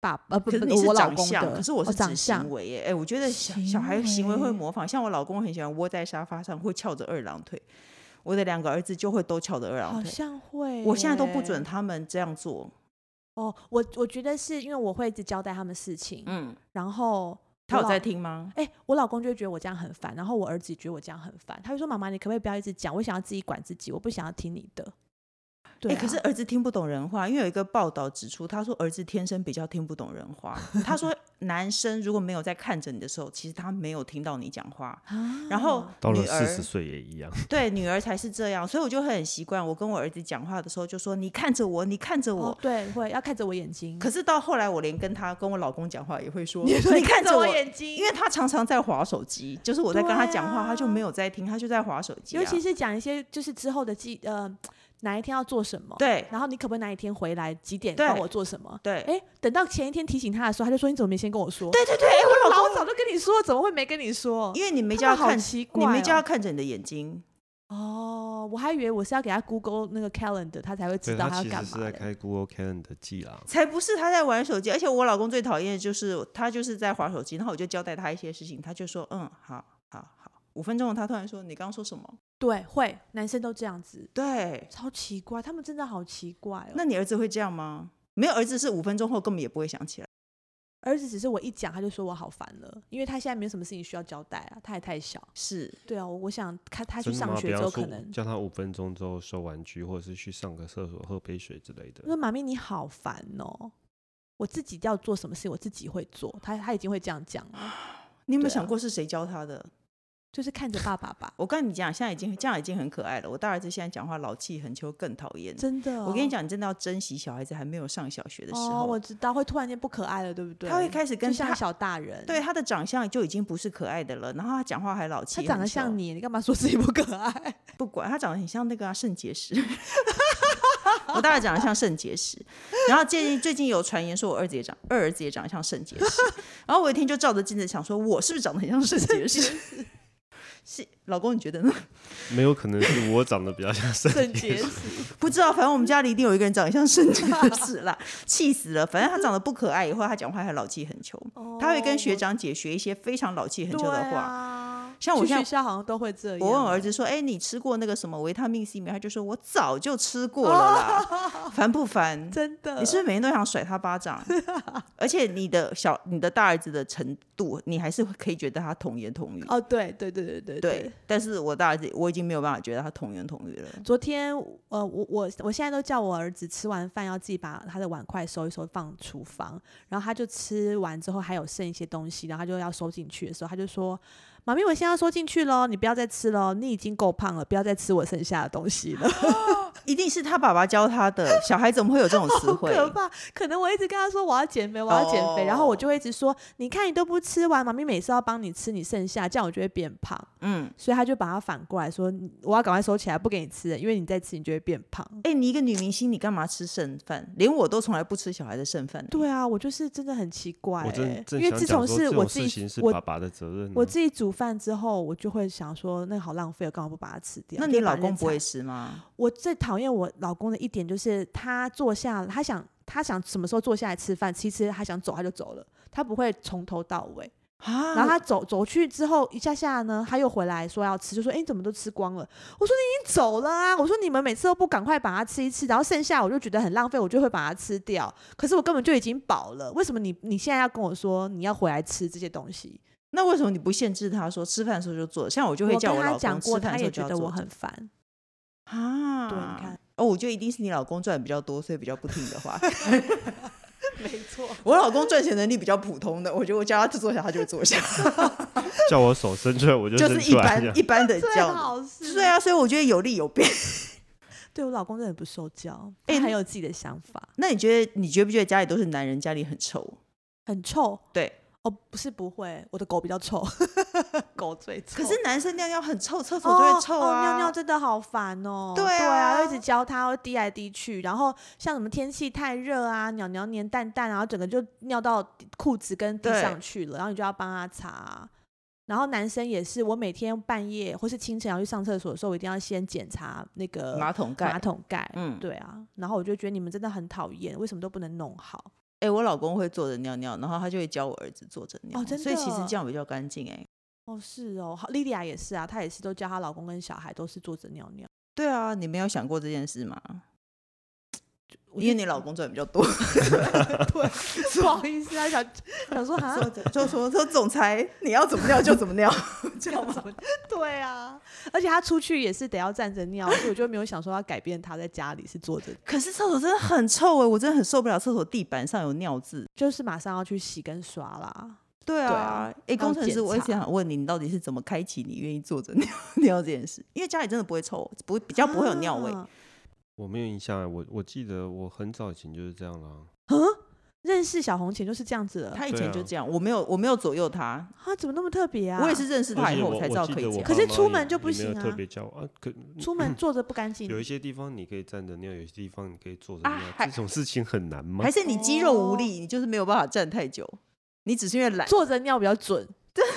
S2: 爸，呃，不
S1: 可是
S2: 不
S1: 你是
S2: 我老
S1: 长
S2: 公
S1: 相，
S2: 的，
S1: 可是我
S2: 哦
S1: 是指
S2: 长相
S1: 行。为耶。哎、我觉得小小孩行为
S2: 行
S1: 会
S2: 为
S1: 模仿，像我老公很喜欢窝在沙发上，会翘着二郎腿。我的两个儿子就会都翘着二郎
S2: 好
S1: 腿，
S2: 像会耶，
S1: 我现在都不准他们这样做。
S2: 哦。我我觉得是因为我会一直交代他们事情，
S1: 嗯，
S2: 然后
S1: 他
S2: 我
S1: 有在
S2: 老。
S1: 听吗？
S2: 哎、我老公就会觉得我这样很烦，然后我儿子也觉得我这样很烦，他就说：“妈妈，你可不可以不要一直讲？我想要自己管自己，我不想要听你的。”对
S1: 哎、
S2: 啊、
S1: 可是儿子听不懂人话，因为有一个报道指出，他说儿子天生比较听不懂人话。他说男生如果没有在看着你的时候，其实他没有听到你讲话。
S2: 啊
S1: 然后
S3: 哦到了
S1: 女
S3: 四
S1: 儿
S3: 十岁也一样。
S1: 对女儿才是这样，所以我就会很习惯，我跟我儿子讲话的时候就说你看着我，你看着我。
S2: 哦对，会要看着我眼睛，
S1: 可是到后来，我连跟他跟我老公讲话也会说
S2: 说
S1: 看着
S2: 我
S1: 我。
S2: 眼睛，
S1: 因为他常常在划手机，就是我在跟他讲话，
S2: 对啊
S1: 他就没有在听，他就在划手机啊、
S2: 尤其是讲一些就是之后的记呃哪一天要做什么，，
S1: 对
S2: 然后你可不可以哪一天回来几点
S1: 对
S2: 帮我做什么？
S1: 对，
S2: 哎，等到前一天提醒他的时候，他就说你怎么没先跟我说？
S1: 对对对，哎我老公，
S2: 老早就跟你说，怎么会没跟你说？
S1: 因为你没
S2: 他
S1: 叫
S2: 们
S1: 他看
S2: 好，奇怪
S1: 你
S2: 哦，
S1: 没叫他看着你的眼睛，
S2: 哦，我还以为我是要给他 Google 那个 Calendar，他才会
S3: 对
S2: 知道
S3: 他
S2: 要
S3: 其
S2: 干
S3: 实是
S2: 嘛
S3: 在
S2: 嘞。
S3: 开 Google Calendar 记啦。
S1: 才不是他在玩手机，而且我老公最讨厌的就是他就是在划手机，然后我就交代他一些事情，他就说嗯，好好好，五分钟后他突然说你刚刚说什么？
S2: 对，会男生都这样子，
S1: 对，
S2: 超奇怪，他们真的好奇怪哦。
S1: 那你儿子会这样吗？没有，儿子是五分钟后根本也不会想起来。
S2: 儿子只是我一讲，他就说我好烦了，因为他现在没有什么事情需要交代啊，他还太小。
S1: 是，
S2: 对啊，我我想看他去
S3: 真的
S2: 上
S3: 吗？
S2: 学之
S3: 比方
S2: 后，可
S3: 说
S2: 能
S3: 叫他五分钟之后收玩具，或者是去上个厕所、喝杯水之类
S2: 我说
S3: 的。
S2: 妈咪你好烦哦，我自己要做什么事情我自己会做，他他已经会这样讲了，
S1: 你有没有
S2: 对啊
S1: 想过是谁教他的？
S2: 就是看着爸爸吧，
S1: 我跟你讲，现在已经这样已经很可爱了。我大儿子现在讲话老气横秋，更讨厌。
S2: 真的、
S1: 我跟你。讲，你真的要珍惜小孩子还没有上小学的时
S2: 哦，
S1: 候，
S2: 我知道会突然间不可爱了，对不对？
S1: 他会开始跟
S2: 就像
S1: 他
S2: 小大人，
S1: 对，他的长相就已经不是可爱的了，然后他讲话还老气
S2: 他
S1: 横秋。
S2: 长得像你，你干嘛说自己不 可爱？
S1: 不管他长得很像那个、啊、肾结石， 我大概长得像肾结石。然后最近最近有传言说我二姐长二儿子也长得像肾结石，然后我一听就照着镜子想说，我是不是长得很像肾结石？ 是老公，你觉得呢？
S3: 没有可能是我长得比较像
S2: 肾
S3: 圣
S2: 结
S3: 洁。
S2: 石，
S1: 不知道，反正我们家里一定有一个人长得像肾结石啦，气死了。反正他长得不可爱，以后他讲话还老气横秋，他会跟学长姐学一些非常老气横
S2: 哦对
S1: 秋的话。
S2: 啊、
S1: 像我
S2: 去
S1: 现在
S2: 学校好像都会这样。啊
S1: 我问我儿子说：“哎、你吃过那个什么维他命 C 没有？”他就说：“我早就吃过了
S2: 哦
S1: 啦，烦不烦？”
S2: 真的，
S1: 你是不是每天都想甩他巴掌？ 而且你的小、你的大儿子的程度，你还是可以觉得他童言童语。
S2: 哦，对对对对对
S1: 对，但是我大儿子我已经没有办法觉得他童言童语 了。
S2: 昨天，呃，我我我现在都叫我儿子吃完饭要自己把他的碗筷收一收放厨房，然后他就吃完之后还有剩一些东西，然后他就要收进去的时候，他就说：“妈咪，我现在要收进去喽，你不要再吃喽，你已经够胖了，不要再吃我剩下的东西了。
S1: 一定是他爸爸教他的，小孩怎么会有这种”词
S2: 好
S1: 汇？
S2: 可怕！可能我一直跟他说我要减肥，我要减肥，
S1: 哦
S2: 然后我就会一直说：“你看你都不吃完，妈咪每次要帮你吃你剩下，这样我就会变胖。”
S1: 嗯，
S2: 所以他就把它反过来说：“你我要赶快收起来，不给你吃了，因为你再吃你就会变胖。”
S1: 哎、你一个女明星，你干嘛吃剩饭？连我都从来不吃小孩的剩饭。
S2: 对啊，我就是真的很奇怪、
S3: 我
S2: 欸
S3: 真，正
S2: 因为
S3: 想
S2: 自从
S3: 讲说
S2: 是
S3: 这
S2: 我
S3: 种
S2: 自
S3: 事
S2: 己
S3: 情是
S2: 我
S3: 爸爸的责任啊。
S2: 我自己煮饭之后，我就会想说，那个好浪费，我干嘛不把它吃掉？
S1: 那
S2: 就
S1: 你
S2: 会把
S1: 老
S2: 些
S1: 公不会
S2: 菜？
S1: 吃吗？
S2: 我最讨厌我老公的一点就是，他坐下，他想他想什么时候坐下来吃饭，其实他想走他就走了，他不会从头到尾。
S1: 啊
S2: 然后他走走去之后，一下下呢，他又回来说要吃，就说：“哎、你怎么都吃光了？”我说：“你已经走了啊！”我说：“你们每次都不赶快把它吃一吃，然后剩下我就觉得很浪费，我就会把它吃掉。可是我根本就已经饱了，为什么你你现在要跟我说你要回来吃这些东西？”
S1: 那为什么你不限制他说吃饭的时候就做？像我就会
S2: 我
S1: 叫
S2: 跟
S1: 老
S2: 他
S1: 公
S2: 讲过，
S1: 吃饭
S2: 他
S1: 的时
S2: 也
S1: 候就
S2: 觉
S1: 要
S2: 得
S1: 做
S2: 我很烦。
S1: 啊。
S2: 对，你看，
S1: 哦，我觉得一定是你老公赚比较多，所以比较不听你的话。
S2: 没 错，
S1: 我老公赚钱能力比较普通的，我觉得我叫他坐下，他就会坐下，
S3: 叫我手伸出来， 我就
S1: 就
S3: 伸
S1: 是一
S3: 出来这
S1: 般
S3: 样。
S1: 一般的
S2: 最
S1: 教。
S2: 好是
S1: 对啊，所以我觉得有利有弊。
S2: 对我老公真的很不受教，
S1: 哎
S2: 他很
S1: 那
S2: 有自己的想法，
S1: 那你觉得你觉不觉得家里都是男人，家里很臭？
S2: 很臭。
S1: 对，
S2: 哦，不是不会，我的狗比较臭， 狗最臭。
S1: 可是男生尿尿很臭，厕所就会臭啊。
S2: 哦哦尿尿真的好烦哦。
S1: 对
S2: 对
S1: 啊
S2: 要一直教它，会滴来滴去，然后像什么天气太热啊，鸟鸟黏蛋蛋，然后整个就尿到裤子跟地
S1: 对
S2: 上去了，然后你就要帮它擦啊。然后男生也是，我每天半夜或是清晨要去上厕所的时候，我一定要先检查那个
S1: 马桶盖。
S2: 马桶盖。
S1: 嗯，
S2: 对啊，然后我就觉得你们真的很讨厌，为什么都不能弄好？
S1: 哎、我老公会坐着尿尿，然后他就会教我儿子坐着尿，
S2: 哦真
S1: 所以其实
S2: 的
S1: 这样比较干净哎。
S2: 哦，是哦，好，莉莉亚也是啊，她也是都叫她老
S1: 啊
S2: 公跟小孩都是坐着尿尿。
S1: 对啊，你没有想过这件事吗？
S2: 我
S1: 因为
S2: 就
S1: 你老公赚比较多，
S2: 对，不好意思 啊，想想说哈，
S1: 就说说总裁你要怎么尿就怎么尿，这样
S2: 要
S1: 吗
S2: 怎？么？对啊，而且他出去也是得要站着尿，所以我就没有想说要改变他在家里是坐着，
S1: 可是厕所真的很臭哎、我真的很受不了厕所地板上有尿渍。
S2: 就是马上要去洗跟刷啦。
S1: 对
S2: 对啊
S1: 啊，哎、
S2: 要
S1: 工程
S2: 检
S1: 师，我一直
S2: 查
S1: 想问你，你到底是怎么开启你愿意坐着 尿尿这件事？因为家里真的不会臭，不会比较不会有尿味。
S2: 啊
S3: 我没有印象哎，我我记得我很早以前就是这样啦。
S2: 嗯认识小红前就是这样子了，
S1: 他以
S3: 对
S1: 前就
S3: 啊
S1: 这样，我没有我没有左右他，
S2: 他怎么那么特别啊？
S1: 我也是认识他
S3: 而
S1: 以
S3: 且
S1: 后
S3: 我
S1: 才知道
S3: 我记
S1: 可以
S3: 得
S1: 这
S3: 我
S1: 样
S2: 可。是
S3: 爸妈
S2: 出门
S3: 也
S2: 就不
S3: 也没有
S2: 行
S3: 特
S2: 啊
S3: 别教我啊，可
S2: 出
S1: 嗯
S2: 门坐着不干净，
S3: 有一些地方你可以站着尿，有一些地方你可以坐着
S1: 啊
S3: 尿，
S1: 还
S3: 这种事情很难吗
S1: 还？是你肌肉
S2: 哦
S1: 无力，你就是没有办法站太久，你只是因为 懒。
S2: 坐着尿比较准，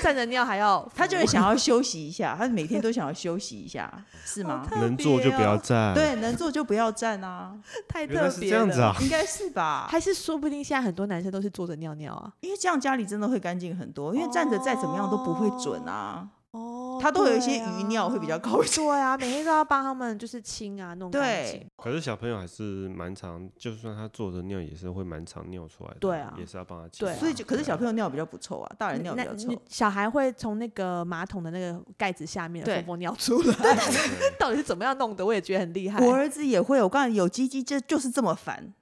S2: 站着尿还要服务，
S1: 他就是想要休息一下，他每天都想要休息一下，是
S2: 好
S1: 吗？
S2: 特
S3: 能坐就
S2: 别
S3: 不要
S2: 哦
S3: 站。，
S1: 对，能坐就不要站啊，
S2: 太特别
S3: 原来
S2: 了，
S3: 是这样子 啊。
S1: 应该是吧？
S2: 还是说不定现在很多男生都是坐着尿尿啊？
S1: 因为这样家里真的会干净很多，因为站着再怎么样都不会准啊。
S2: 哦
S1: 它都有一些余尿会比较高一
S2: 对啊，每天都要帮他们就是清啊，弄干
S1: 对
S2: 净。
S3: 可是小朋友还是蛮常，就算他坐着尿也是会蛮常尿出来的，
S2: 对啊
S3: 也是要帮他清
S2: 对
S3: 理。
S2: 啊
S1: 所以就可是
S3: 对啊
S1: 小朋友尿比较不臭啊，大人尿比
S2: 那
S1: 较
S2: 你
S1: 臭。
S2: 小孩会从那个马桶的那个盖子下面的
S1: 对
S2: 缝缝尿出来，
S3: 对
S2: 到底是怎么样弄的？我也觉得很厉害。
S1: 我儿子也会，我告诉你，有鸡鸡这就是这么烦，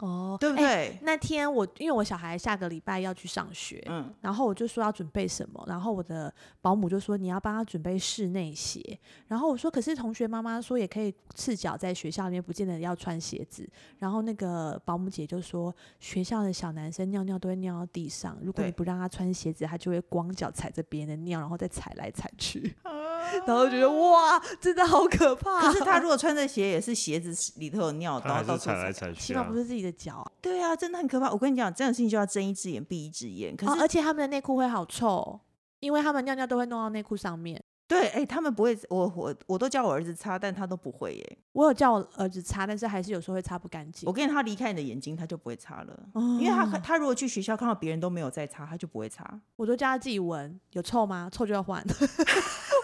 S2: 哦，
S1: 对不
S2: 哎？
S1: 对？
S2: 那天我因为我小孩下个礼拜要去上学，
S1: 嗯，
S2: 然后我就说要准备什么，然后我的保姆就说你要帮他准备室内鞋，然后我说可是同学妈妈说也可以赤脚在学校里面，不见得要穿鞋子。然后那个保姆姐就说学校的小男生尿尿都会尿到地上，如果你
S1: 对
S2: 不让他穿鞋子，他就会光脚踩着别人的尿，然后再踩来踩 去，然后觉得哇，真的好可怕。啊
S1: 可是他如果穿着鞋，也是鞋子里头有尿，
S3: 他还
S1: 然后到
S3: 是
S1: 处
S3: 踩来踩
S2: 起
S3: 去
S2: 码
S3: 啊
S2: 不。是自己的脚啊，
S1: 对啊，真的很可怕。我跟你讲，这样的事情就要睁一只眼闭一只眼。可
S2: 哦
S1: 是，
S2: 而且他们的内裤会好臭哦，因为他们尿尿都会弄到内裤上面。
S1: 对，哎、他们不会，我我我都叫我儿子擦，但他都不会耶。
S2: 我有叫我儿子擦，但是还是有时候会擦不干净。哦
S1: 我跟你讲他离开你的眼睛，他就不会擦了，因
S2: 因
S1: 为他他如果去学校看到别人都没有在擦，他就不会擦。
S2: 我都叫他自己闻，有臭吗？臭就要换。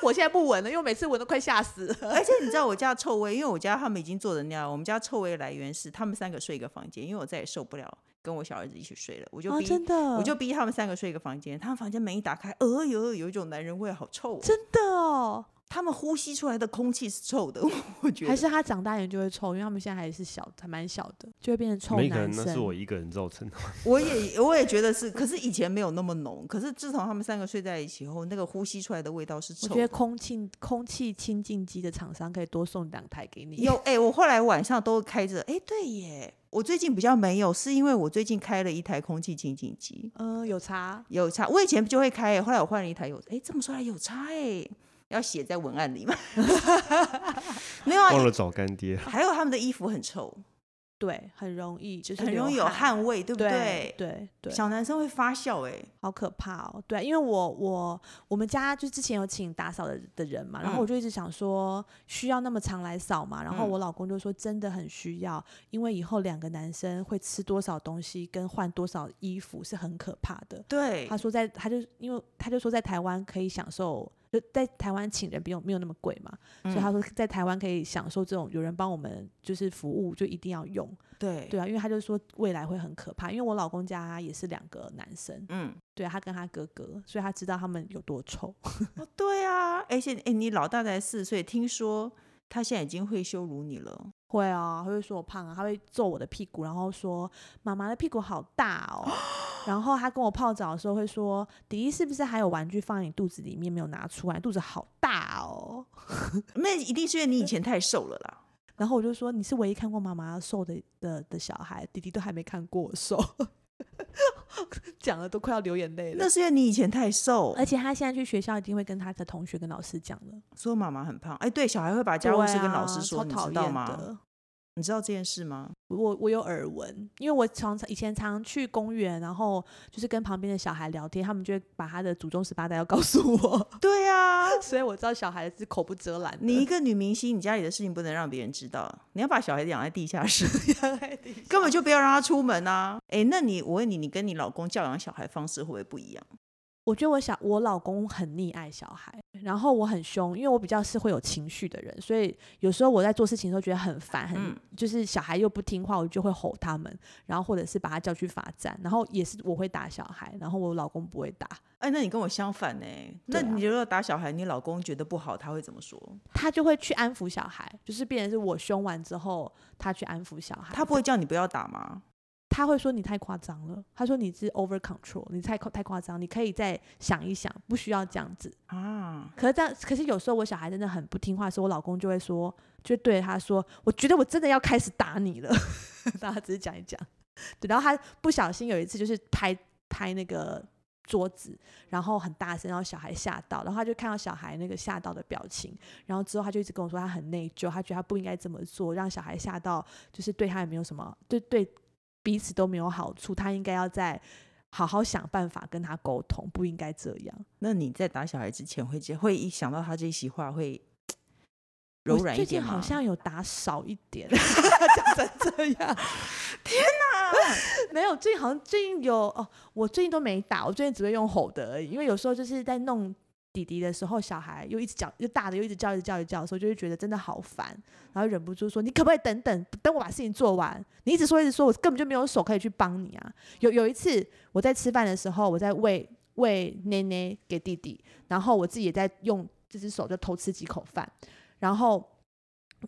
S2: 我现在不闻了，因为我每次闻都快吓死了。
S1: 而且你知道我家的臭味，因为我家他们已经做人尿了，我们家臭味来源是他们三个睡一个房间，因为我再也受不了跟我小儿子一起睡了，我就
S2: 啊，
S1: 逼、
S2: 真的，
S1: 我就逼他们三个睡一个房间，他们房间门一打开，呃有有一种男人味，好臭、哦，
S2: 真的哦。
S1: 他们呼吸出来的空气是臭的， 我觉
S2: 还
S1: 得。
S2: 是他长大一点就会臭，因为他们现在还是小，还蛮小的，就会变成臭
S3: 没可能，
S2: 男
S3: 那是
S2: 生。
S3: 我一个人造成的。
S1: 我也我也觉得是，可是以前没有那么浓，可是自从他们三个睡在一起后，那个呼吸出来的味道是
S2: 我
S1: 臭
S2: 觉得
S1: 的。
S2: 空气空气清净机的厂商可以多送两台给你。
S1: 有哎、我后来晚上都开着，哎、对耶，我最近比较没有，是因为我最近开了一台空气清净机。
S2: 嗯、有差。
S1: 有差，我以前就会开、欸，后来我换了一台有，哎、这么说来有差哎、要写在文案里嘛。 没有
S3: 忘
S1: 啊，
S3: 了找干爹，
S1: 还有他们的衣服很臭，
S2: 对，很容易，就是
S1: 很容易
S2: 流
S1: 有汗味，对不
S2: 对
S1: 对？
S2: 对对，
S1: 小男生会发笑哎、
S2: 好可怕哦！对，因为我我我们家就之前有请打扫的的人嘛，然后
S1: 嗯
S2: 我就一直想说需要那么常来扫嘛，然后
S1: 嗯
S2: 我老公就说真的很需要，因为以后两个男生会吃多少东西跟换多少衣服是很可怕的。
S1: 对
S2: 他，说在他就因为他就说在台湾可以享受，就在台湾请人不用没有那么贵嘛，所以他
S1: 嗯
S2: 说在台湾可以享受这种有人帮我们就是服务就一定要用，
S1: 对
S2: 对啊，因为他就说未来会很可怕，因为我老公家也是两个男生。
S1: 嗯，
S2: 对他跟他哥哥，所以他知道他们有多臭。
S1: 哦对啊，而且哎，你老大才四岁，听说他现在已经会羞辱你了，
S2: 会啊，他会说我胖啊，他会揍我的屁股，然后说妈妈的屁股好大哦。 然后他跟我泡澡的时候会说，迪迪是不是还有玩具放在你肚子里面没有拿出来，肚子好大哦。
S1: 那一定是因为你以前太瘦了啦。
S2: 然后我就说你是唯一看过妈妈瘦的的的小孩，迪迪都还没看过我瘦， 讲的都快要流眼泪了
S1: 那。是因为你以前太瘦
S2: 而，且他现在去学校一定会跟他的同学跟老师讲了，
S1: 说妈妈很胖。哎，对，小孩会把家务事跟老师
S2: 对啊
S1: 说，
S2: 啊超
S1: 你
S2: 讨
S1: 知道
S2: 厌
S1: 吗？
S2: 的。
S1: 你知道这件事吗？
S2: 我我有耳闻，因为我常常以前常去公园，然后就是跟旁边的小孩聊天，他们就会把他的祖宗十八代要告诉我，
S1: 对啊，
S2: 所以我知道小孩是口不遮拦的。
S1: 你一个女明星，你家里的事情不能让别人知道，你要把小孩子养在地下室， 根本就不要让他出门啊！哎，那你我问你，你跟你老公教养小孩方式会不会不一样？
S2: 我觉得我小我老公很溺爱小孩，然后我很凶，因为我比较是会有情绪的人，所以有时候我在做事情的时候觉得很烦，很、
S1: 嗯
S2: 就是小孩又不听话，我就会吼他们，然后或者是把他叫去罚站，然后也是我会打小孩，然后我老公不会打，
S1: 哎，那你跟我相反呢、那
S2: 对啊
S1: 你如果打小孩，你老公觉得不好，他会怎么说？
S2: 他就会去安抚小孩，就是变成是我凶完之后，他去安抚小孩，
S1: 他不会叫你不要打吗？
S2: 他会说你太夸张了，他说你是 over control，你太夸太夸张，你可以再想一想，不需要这样子。
S1: 啊，
S2: 可是这样，可是有时候我小孩真的很不听话的时候，我老公就会说，就对他说，我觉得我真的要开始打你了， 然后他只是讲一讲。对，然后他不小心有一次就是拍拍那个桌子，然后很大声，然后小孩吓到，然后他就看到小孩那个吓到的表情，然后之后他就一直跟我说他很内疚，他觉得他不应该这么做，让小孩吓到，就是对他也没有什么，对对彼此都没有好处，他应该要再好好想办法跟他沟通，不应该这样。
S1: 那你在打小孩之前会接会一想到他这一席话会柔
S2: 我
S1: 软一
S2: 最
S1: 点
S2: 近
S1: 吗？
S2: 好像有打少一 点，讲成这样，没有。最近好像最近有哦，我最近都没打，我最近只会用吼的而已，因为有时候就是在弄。弟弟的时候，小孩又一直叫，又大的又一直叫，一直叫，一直叫的时候，就会觉得真的好烦，然后忍不住说：“你可不可以等等，等我把事情做完？”你一直说，一直说，我根本就没有手可以去帮你啊。有有一次，我在吃饭的时候，我在喂喂奶奶给弟弟，然后我自己也在用这只手就偷吃几口饭，然后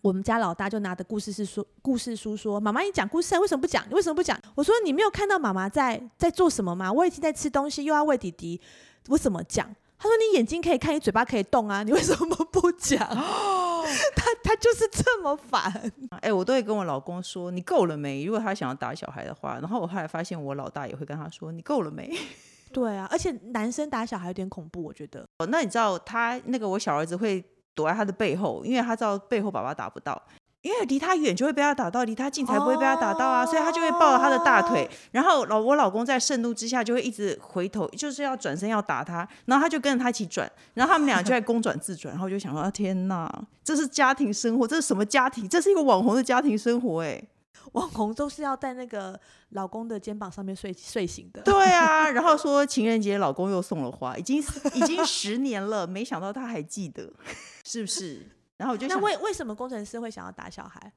S2: 我们家老大就拿着故事是说故事书说：“妈妈，你讲故事啊，为什么不讲？你为什么不讲？”我说：“你没有看到妈妈在在做什么吗？我已经在吃东西，又要喂弟弟，我怎么讲？”他说：“你眼睛可以看，你嘴巴可以动啊，你为什么不讲？” 他他就是这么烦，
S1: 哎、我都会跟我老公说你够了没？如果他想要打小孩的话，然后我后来发现我老大也会跟他说你够了没？
S2: 对啊，而且男生打小孩有点恐怖，我觉得。
S1: 哦，那你知道他那个我小儿子会躲在他的背后，因为他知道背后爸爸打不到，因为离他远就会被他打到，离他近才不会被他打到啊，所以他就会抱着他的大腿，
S2: 哦
S1: 然后老我老公在盛怒之下就会一直回头，就是要转身要打他，然后他就跟着他一起转，然后他们俩就在公转自转，然后我就想说、啊、天哪，这是家庭生活，这是什么家庭？这是一个网红的家庭生活哎、
S2: 网红都是要在那个老公的肩膀上面睡睡醒的。
S1: 对啊，然后说情人节老公又送了花，已经已经十年了，没想到他还记得，是不是？然后我就
S2: 那
S1: 想，
S2: 为为什么工程师会想要打小孩？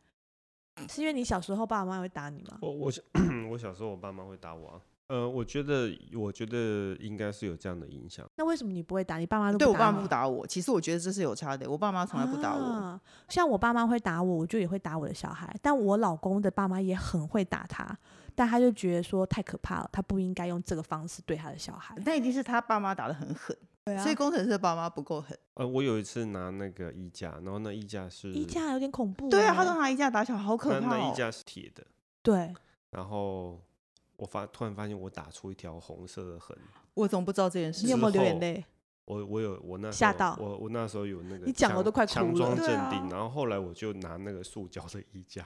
S2: 是因为你小时候爸爸妈妈会打你吗？
S3: 我我小 我小时候我爸妈会打我、啊，呃，我觉得我觉得应该是有这样的影响。
S2: 那为什么你不会打？你爸妈都
S1: 对我爸
S2: 你
S1: 妈不打我，其实我觉得这是有差的，我爸妈从来不打我。
S2: 啊像我爸妈会打我，我就也会打我的小孩，但我老公的爸妈也很会打他，但他就觉得说太可怕了，他不应该用这个方式对他的小孩。
S1: 那一定是他爸妈打的很狠，
S2: 对啊
S1: 所以工程师的爸妈不够狠。
S3: 呃，我有一次拿那个衣架，然后那衣架是
S2: 衣架有点恐怖欸、
S1: 对啊，他都拿一架打小孩，好可
S3: 那
S1: 怕
S3: 那衣
S1: 哦！
S3: 架是铁的，
S2: 对，
S3: 然后我发突然发现我打出一条红色的痕，
S1: 我怎么不知道这件事
S2: 你有
S3: 之
S2: 没有流眼
S3: 后
S2: 泪？
S3: 我我有我那时
S2: 吓
S3: 候
S2: 到
S3: 我我那时候有那个
S2: 你讲我
S3: 强
S2: 都快哭
S3: 强装
S2: 了
S3: 镇
S1: 对啊
S3: 定，然后后来我就拿那个塑胶的衣架，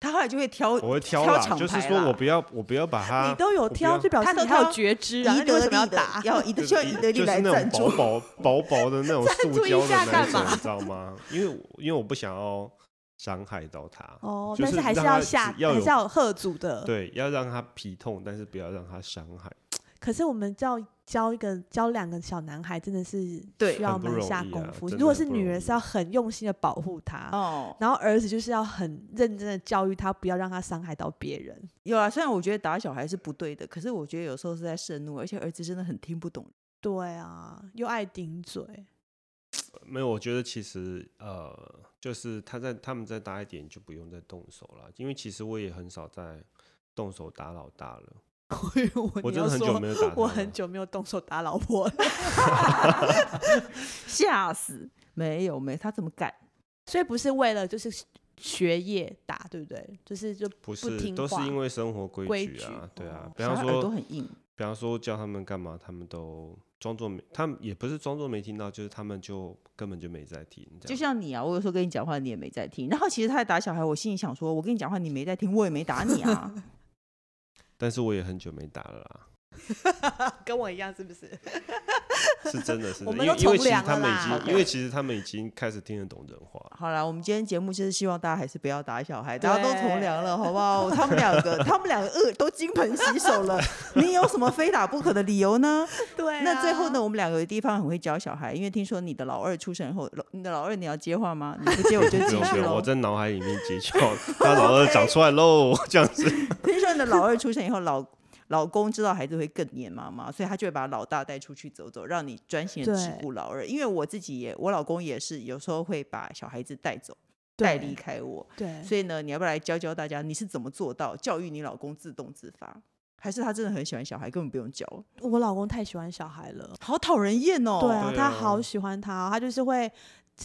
S1: 他后来就会挑，
S3: 我会挑
S1: 挑
S3: 啦，
S1: 厂
S3: 就是
S1: 牌
S3: 说
S1: 啦
S3: 我不要我不要把它
S2: 你。都有
S3: 我不
S2: 挑，
S3: 要
S2: 就表
S1: 他
S2: 示
S1: 都
S2: 你还有
S1: 挑
S2: 觉知啊，
S1: 以
S2: 那你为
S1: 德
S2: 什么
S1: 力
S2: 要
S1: 的
S2: 打？
S1: 要以德
S3: 就
S1: 需要
S3: 是
S1: 以
S3: 一
S1: 德力
S3: 就是
S1: 来
S3: 那
S1: 赞
S3: 种薄
S1: 助。
S3: 薄薄薄的那 种
S2: 赞
S3: 塑
S2: 助一
S3: 胶的
S2: 下
S3: 那
S2: 干
S3: 种，
S2: 嘛
S3: 你知道吗？因为我因为我不想要伤害到他，
S2: 哦，
S3: 就
S2: 但
S3: 是
S2: 是还
S3: 让
S2: 要
S3: 他
S2: 下，
S3: 只要
S2: 还
S3: 有
S2: 是要有贺主的。
S3: 对，要让他皮痛，但是不要让他伤害。
S2: 可是我们教教一个教两个小男孩，真的是
S1: 对
S2: 需要
S3: 很不
S2: 蛮
S3: 容
S2: 下
S3: 易
S2: 功
S3: 啊
S2: 夫。
S3: 真
S2: 如果
S3: 的
S2: 是
S3: 不
S2: 女
S3: 容
S2: 人，
S3: 易
S2: 是要很用心的保护他，
S1: 哦，
S2: 然后儿子就是要很认真的教育他，不要让他伤害到别人。
S1: 有啊，虽然我觉得打小孩是不对的，可是我觉得有时候是在盛怒，而且儿子真的很听不懂。
S2: 对啊，又爱顶嘴，
S3: 没有，我觉得其实呃，就是他在他们再大一点就不用再动手了，因为其实我也很少在动手打老大了。
S2: 我
S3: 我
S2: 你
S3: 真
S2: 要
S3: 的很久
S2: 说
S3: 没有打 他
S2: 我
S3: 了
S2: 很久没有动手打老婆 了，
S1: 吓死！没有没，他怎么敢？
S2: 所以不是为了就是学业打，对不对？就是就
S3: 不
S2: 不
S3: 是，
S2: 听
S3: 都是
S2: 话
S3: 因为生活规
S2: 规
S3: 矩啊，
S2: 矩
S3: 对啊
S2: 哦。
S3: 比
S1: 小孩
S3: 方
S1: 耳朵
S3: 说，
S1: 很硬，
S3: 比方说叫他们干嘛，他们都装作没，他们也不是装作没听到，就是他们就根本就没在听，这
S1: 就
S3: 样。
S1: 像你啊，我有时候跟你讲话，你也没在听。然后其实他在打小孩，我心里想说，我跟你讲话，你没在听，我也没打你啊。
S3: 但是我也很久没打了啦。
S2: 跟我一样，是不是？
S3: 是真的 是
S2: 我
S3: 真
S2: 们
S3: 的，因为
S2: 都
S3: 因
S2: 从
S3: 为其实
S2: 良
S3: 他
S2: 了
S3: 们
S2: 啦
S3: 已经，
S1: OK
S3: 因为其实他们已经开始听得懂人话了。
S1: 好啦，我们今天节目就是希望大家还是不要打小孩，大家都从良了，好不好？他们两个，他们两个呃都金盆洗手了，你有什么非打不可的理由呢？
S2: 对啊
S1: 那最后呢，？我们两个有地方很会教小孩，因为听说你的老二出生后，老你的老二你要接话吗？你不接 我就
S3: 不
S1: 继
S3: 用不
S1: 续
S3: 用，
S1: 喽
S3: 我。在脑海里面截教，他老二长出 来喽，这样子。
S1: 听说你的老二出生以后，老老公知道孩子会更黏妈妈，所以他就会把老大带出去走走，让你专心的只
S2: 对
S1: 顾老二。因为我自己也，我老公也是有时候会把小孩子带走，
S2: 对
S1: 带离开我。
S2: 对，
S1: 所以呢，你要不要来教教大家你是怎么做到教育你老公自动自发？还是他真的很喜欢小孩，根本不用教，
S2: 我老公太喜欢小孩了。
S1: 好讨人厌哦。
S2: 对啊，
S3: 对
S2: 他
S3: 啊
S2: 好喜欢他哦、他就是会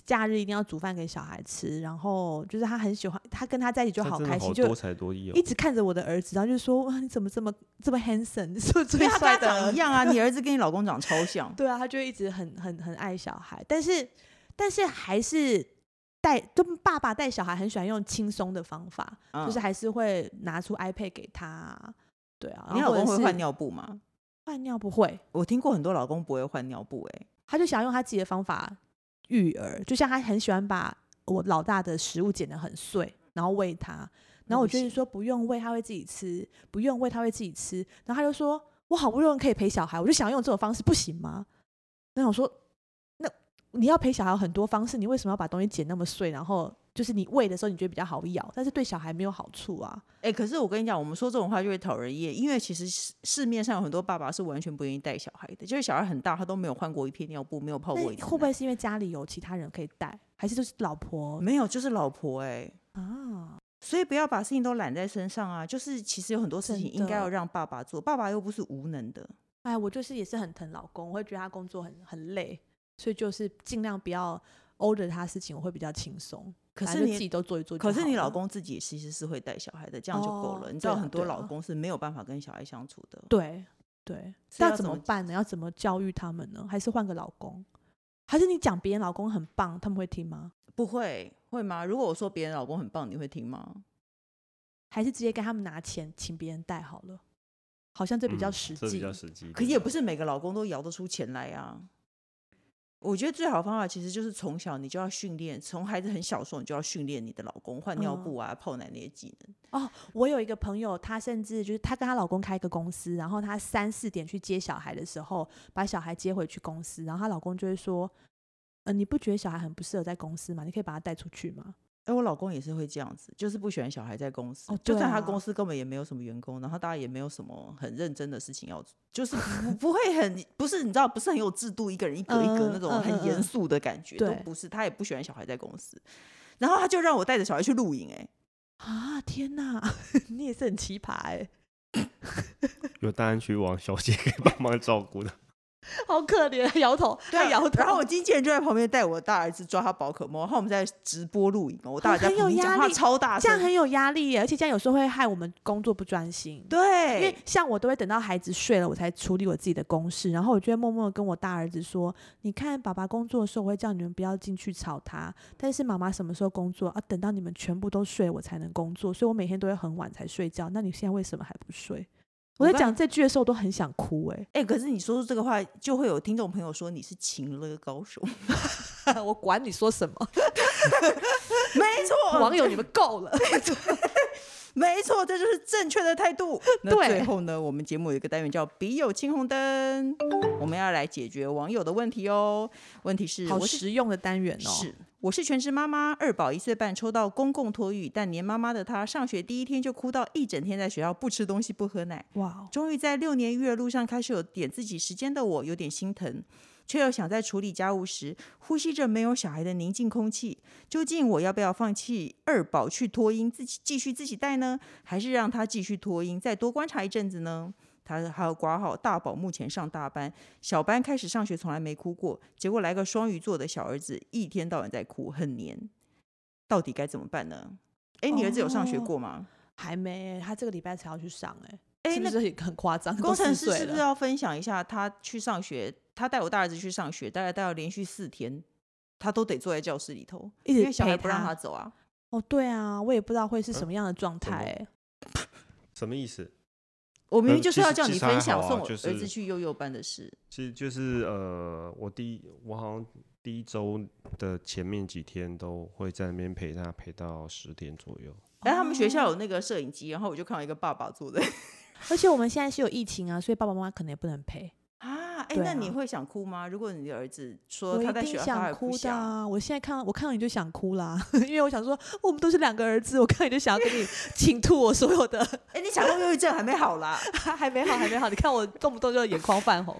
S2: 假日一定要煮饭给小孩吃，然后就是他很喜欢，他跟他在一起就
S3: 他
S2: 好
S3: 真的
S2: 开心，
S3: 多
S2: 就
S3: 才多艺哦
S2: 一。直看着我的儿子，然后就说哇你怎么这么这么 handsome，你是不是
S1: 因为
S2: 最
S1: 他跟
S2: 帅
S1: 他
S2: 的儿
S1: 长
S2: 子
S1: 一样啊，你儿子跟你老公长超 像。
S2: 对啊，他就一直很很很爱小孩，但是但是还是带就爸爸带小孩很喜欢用轻松的方法，
S1: 嗯
S2: 就是还是会拿出 iPad 给他。对啊，
S1: 你
S2: 然
S1: 老
S2: 后或
S1: 公
S2: 者
S1: 会
S2: 是
S1: 换尿布吗？
S2: 换尿不会，
S1: 我听过很多老公不会换尿布、哎，
S2: 他就想要用他自己的方法育儿，就像他很喜欢把我老大的食物剪得很碎，然后喂他。
S1: 那
S2: 然后我
S1: 不
S2: 就是
S1: 行
S2: 说不用喂，他会自己吃；不用喂，他会自己吃。然后他就说：“我好不容易可以陪小孩，我就想用这种方式，不行吗？”那我说：“那你要陪小孩有很多方式，你为什么要把东西剪那么碎？然后就是你喂的时候你觉得比较好咬，但是对小孩没有好处啊。
S1: 哎、可是我跟你讲，我们说这种话就会讨人厌，因为其实市市面上有很多爸爸是完全不愿意带小孩的，就是小孩很大，他都没有换过一片尿布，没有泡
S2: 那
S1: 过一次奶。
S2: 会不会是因为家里有其他人可以带，还是就是老婆
S1: 没有？就是老婆哎、
S2: 啊？
S1: 所以不要把事情都揽在身上啊！就是其实有很多事
S2: 真
S1: 情应该
S2: 的
S1: 要让爸爸做，爸爸又不是无能的。
S2: 哎，我就是也是很疼老公，我会觉得他工作很很累，所以就是尽量不要 order 他事情，我会比较轻松。
S1: 可
S2: 反
S1: 是
S2: 正就
S1: 你
S2: 自己都做一做就好
S1: 可
S2: 了，
S1: 是你老公自己其实是会带小孩的，这样就够
S2: 哦
S1: 了。你
S2: 对
S1: 知道
S2: 啊
S1: 很多
S2: 对
S1: 老
S2: 啊
S1: 公是没有办法跟小孩相处的。
S2: 对对，
S1: 所以
S2: 那
S1: 要怎
S2: 怎么
S1: 么
S2: 办呢？要怎么教育他们呢？还是换个老公？还是你讲别人老公很棒，他们会听吗？
S1: 不会会吗？如果我说别人老公很棒，你会听吗？
S2: 还是直接跟他们拿钱请别人带好了？好像这比较
S3: 嗯
S2: 实
S3: 这
S2: 际。
S3: 比较实际一点。
S1: 可也
S2: 嗯
S1: 不是每个老公都摇得出钱来啊。我觉得最好的方法其实就是从小你就要训练，从孩子很小的时候你就要训练你的老公换尿
S2: 嗯
S1: 布啊、泡奶那些技能。
S2: 哦，我有一个朋友，她甚至就是她跟她老公开一个公司，然后她三四点去接小孩的时候，把小孩接回去公司，然后她老公就会说：“呃，你不觉得小孩很不适合在公司吗？你可以把他带出去吗
S1: 哎、我老公也是会这样子，就是不喜欢小孩在公司，
S2: 哦
S1: 就
S2: 对
S1: 算他
S2: 啊
S1: 公司根本也没有什么员工，然后大家也没有什么很认真的事情要做，就是不 不会很不是你知道不是很有制度，一个人一格一格
S2: 嗯
S1: 那种
S2: 嗯
S1: 很
S2: 嗯
S1: 严
S2: 嗯
S1: 肃的感觉、都
S2: 对
S1: 不是，他也不喜欢小孩在公司，然后他就让我带着小孩去露营、哎，？”
S2: 啊，天哪， 你也是很奇葩哎、
S3: 有大安区王小姐可以帮忙照顾的。
S2: 好可怜，摇头，
S1: 对啊
S2: 他摇头，
S1: 然后我经纪人就在旁边带我大儿子抓他宝可梦，然后我们在直播录影哦，我大儿子在
S2: 很
S1: 旁
S2: 有
S1: 边讲
S2: 压
S1: 话
S2: 力
S1: 超大
S2: 这样
S1: 声，
S2: 很有压力耶，而且这样有时候会害我们工作不专心。因为
S1: 对，
S2: 像我都会等到孩子睡了，我才处理我自己的公事，然后我就会默默的跟我大儿子说：“你看，爸爸工作的时候，我会叫你们不要进去吵他，但是妈妈什么时候工作啊？等到你们全部都睡，我才能工作，所以我每天都会很晚才睡觉。那你现在为什么还不睡？”
S1: 我
S2: 我在
S1: 刚
S2: 讲这句的时候，我都很想哭哎、
S1: 哎、可是你说出这个话，就会有听众朋友说你是情勒高手，
S2: 我管你说什么，
S1: 没错，
S2: 网友你们够了。
S1: 没错，这就是正确的态 度。那
S2: 对
S1: 最后呢，我们节目有一个单元叫“笔友青红灯”，我们要来解决网友的问题哦。问题是，
S2: 好
S1: 我是
S2: 实用的单元哦，
S1: 是我是全职妈妈，二宝一岁半抽到公共托育，但年妈妈的她上学第一天就哭到一整天在学校不吃东西不喝奶。
S2: 哇哦，
S1: 终于在六年育儿路上开始有点自己时间的我，有点心疼，却又想在处理家务时呼吸着没有小孩的宁静空气。究竟我要不要放弃二宝去托婴，自己继续自己带呢，还是让他继续托婴，再多观察一阵子呢？他还有挂号，大宝目前上大班，小班开始上学从来没哭过，结果来个双鱼座的小儿子，一天到晚在哭，很黏，到底该怎么办呢？哎，你儿子有上学
S2: 哦
S1: 过吗？
S2: 还没欸，他这个礼拜才要去上哎、
S1: 哎、
S2: 是
S1: 那
S2: 不是很夸张？
S1: 工
S2: 啊都
S1: 程
S2: 四
S1: 师
S2: 岁
S1: 是不
S2: 了
S1: 是要分享一下他去上学？他带我大儿子去上学，大概带了连续四天，他都得坐在教室里头，
S2: 一直
S1: 因为小
S2: 陪
S1: 孩不让
S2: 他
S1: 他走啊。
S2: 哦，对啊，我也不知道会是
S3: 嗯
S2: 什么样的状
S3: 怎
S2: 态、
S3: 么
S2: 欸。
S3: 什么意思？
S1: 我明明
S3: 嗯
S1: 就是
S3: 其
S1: 要
S3: 实
S1: 叫
S3: 其
S1: 你
S3: 实还
S1: 分享
S3: 好啊
S1: 送我
S3: 就
S1: 儿子
S3: 是
S1: 去幼幼班的事。
S3: 其实就是呃，我第一我好像第一周的前面几天都会在那边陪他陪到十点左右。
S1: 哎，他们学
S2: 哦
S1: 校有那个摄影机，然后我就看到一个爸爸坐 在
S2: 而且我们现在是有疫情啊，所以爸爸妈妈可能也不能陪。
S1: 啊，哎，
S2: 对
S1: 那
S2: 啊
S1: 你会想哭吗？如果你的儿子说
S2: 我
S1: 他
S2: 一
S1: 在
S2: 定
S1: 学校他还
S2: 想
S1: 不
S2: 哭的、
S1: 想，
S2: 啊。我现在看到我看到你就想哭啦， 因为我想说我们都是两个儿子，我看你就想要跟你 倾吐我所有的，
S1: 哎，你想到忧郁症还没好啦？
S2: 还没好还没好，你看我动不动就眼眶泛红。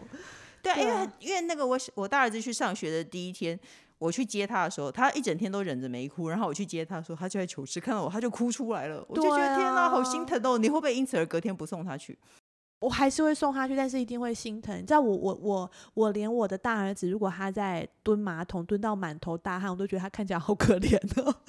S1: 对啊，因
S2: 对
S1: 为
S2: 啊
S1: 因为那个我我大儿子去上学的第一天，我去接他的时候，他一整天都忍着没哭，然后我去接他的时候，他就在求吃，看到我他就哭出来了，我就觉得
S2: 对
S1: 天哪，好
S2: 啊
S1: 心疼哦！你会不会因此而隔天不送他去？
S2: 我还是会送他去，但是一定会心疼。你知道我我我我连我的大儿子，如果他在蹲马桶蹲到满头大汗，我都觉得他看起来好可怜哦。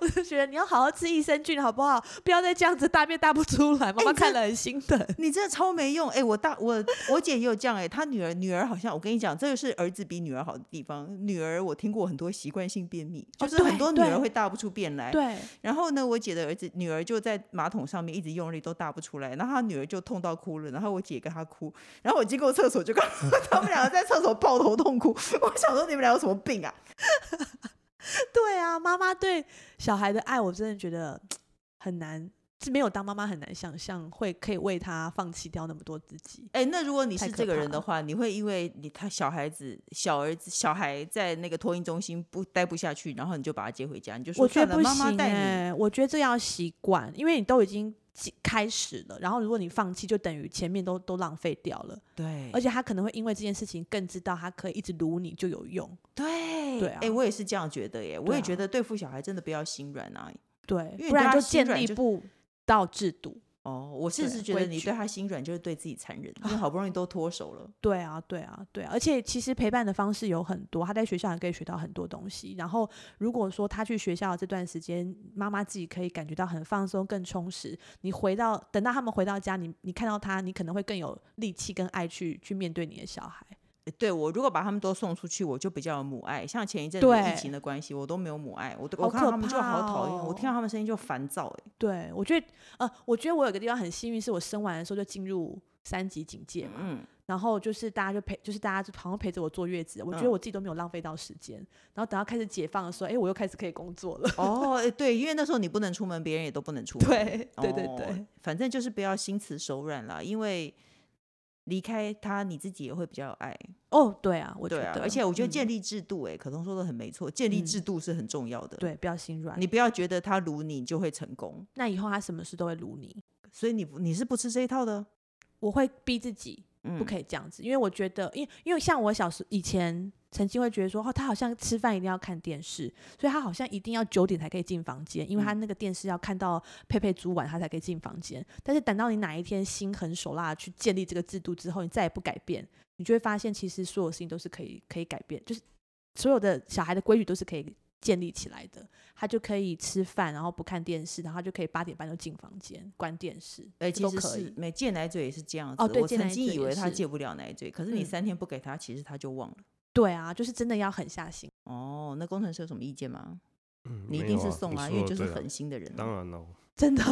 S2: 我就觉得你要好好吃益生菌好不好？不要再这样子大便大不出来，妈
S1: 哎
S2: 妈
S1: 你
S2: 看
S1: 这
S2: 了很心疼。
S1: 你真的超没用！哎、我大我我姐也有这样哎、她女儿女儿好像我跟你讲，这个是儿子比女儿好的地方。女儿我听过很多习惯性便秘，就
S2: 哦
S1: 是很
S2: 对
S1: 多女
S2: 对
S1: 儿会大不出便来。
S2: 对，
S1: 然后呢，我姐的儿子女儿就在马桶上面一直用力都大不出来，然后她女儿就痛到哭了，然后我姐跟她哭，然后我经过厕所就看到 他们两个在厕所抱头痛哭， 我想说你们俩有什么病啊？
S2: 对啊，妈妈对小孩的爱，我真的觉得很难，是没有当妈妈很难想象会可以为他放弃掉那么多自己。
S1: 哎，那如果你
S2: 太
S1: 是
S2: 可
S1: 这个
S2: 怕
S1: 人的
S2: 了
S1: 话，你会因为你他小孩子小儿子小孩在那个托婴中心不待不下去，然后你就把他接回家，你就说
S2: 我觉
S1: 算
S2: 得
S1: 了，
S2: 不
S1: 妈妈
S2: 行
S1: 带你。
S2: 哎、我觉得这要习惯，因为你都已经记开始了，然后如果你放弃，就等于前面都都浪费掉了，
S1: 对，
S2: 而且他可能会因为这件事情更知道他可以一直撸你就有用。
S1: 对
S2: 对
S1: 哎、
S2: 啊
S1: 我也是这样觉得耶，我
S2: 对
S1: 也
S2: 啊
S1: 觉得对付小孩真的不要心软啊。
S2: 对
S1: 因为，
S2: 不
S1: 对
S2: 然
S1: 他
S2: 就
S1: 心
S2: 建
S1: 软
S2: 立
S1: 就
S2: 不到制度。
S1: 哦，我甚
S2: 对
S1: 至觉得
S2: 规
S1: 你
S2: 矩
S1: 对他心软就是对自己残 忍，因为好不容易都脱手了。
S2: 对啊，对啊，对啊，而且其实陪伴的方式有很多，他在学校也可以学到很多东西。然后如果说他去学校这段时间，妈妈自己可以感觉到很放松、更充实。你回到等到他们回到家，你你看到他，你可能会更有力气跟爱去去面对你的小孩。
S1: 对我如果把他们都送出去，我就比较有母爱。像前一阵子疫
S2: 对
S1: 情的关系，我都没有母爱，我都
S2: 好
S1: 我看到
S2: 可
S1: 他们就好讨厌，
S2: 怕哦
S1: 我听到他们声音就烦躁、欸。
S2: 对我觉得，呃，我觉得我有一个地方很幸运，是我生完的时候就进入三级警戒嘛。
S1: 嗯，
S2: 然后就是大家就陪，就是大家就好像陪着我坐月子，我觉
S1: 嗯
S2: 得我自己都没有浪费到时间。然后等到开始解放的时候，哎，我又开始可以工作了。
S1: 哦，哎对，因为那时候你不能出门，别人也都不能出门。
S2: 对对对
S1: 哦
S2: 对。
S1: 反正就是不要心慈手软啦，因为离开他，你自己也会比较有爱。
S2: 哦，对啊，我觉
S1: 对
S2: 得，
S1: 啊，而且我觉得
S2: 嗯
S1: 建立制度、欸，哎、可彤说的很没错，建立
S2: 嗯
S1: 制度是很重要的。、
S2: 对不要心软，
S1: 你不要觉得他撸你就会成功，
S2: 那以后他什么事都会如你。
S1: 所以你不你是不吃这一套的。
S2: 我会逼自己
S1: 嗯，
S2: 不可以这样子，因为我觉得，因为因为像我小时以前曾经会觉得说，哦，他好像吃饭一定要看电视，所以他好像一定要九点才可以进房间，因为他
S1: 嗯
S2: 那个电视要看到佩佩煮碗，他才可以进房间。但是等到你哪一天心狠手辣地去建立这个制度之后，你再也不改变，你就会发现其实所有事情都是可以可以改变，就是所有的小孩的规矩都是可以建立起来的。他就可以吃饭，然后不看电视，然后他就可以八点半就进房间关电视，
S1: 哎、
S2: 这
S1: 其
S2: 都
S1: 实
S2: 可以
S1: 是。没戒奶嘴也是这样子。
S2: 哦对
S1: 我
S2: 戒
S1: 曾
S2: 奶
S1: 经
S2: 嘴
S1: 以
S2: 也
S1: 为他
S2: 是
S1: 戒不了奶嘴，可是你
S2: 嗯
S1: 三天不给他，其实他就忘了。
S2: 对啊，就是真的要狠下心。
S1: 哦，那工程师有什么意见吗？
S3: 嗯
S1: 你一
S3: 没
S1: 定
S3: 有
S1: 是
S3: 啊
S1: 送
S3: 你
S1: 啊，因
S3: 说
S1: 为
S3: 得
S1: 就是
S3: 对啊
S1: 狠心的人啊、
S3: 当然了，
S2: 真 的，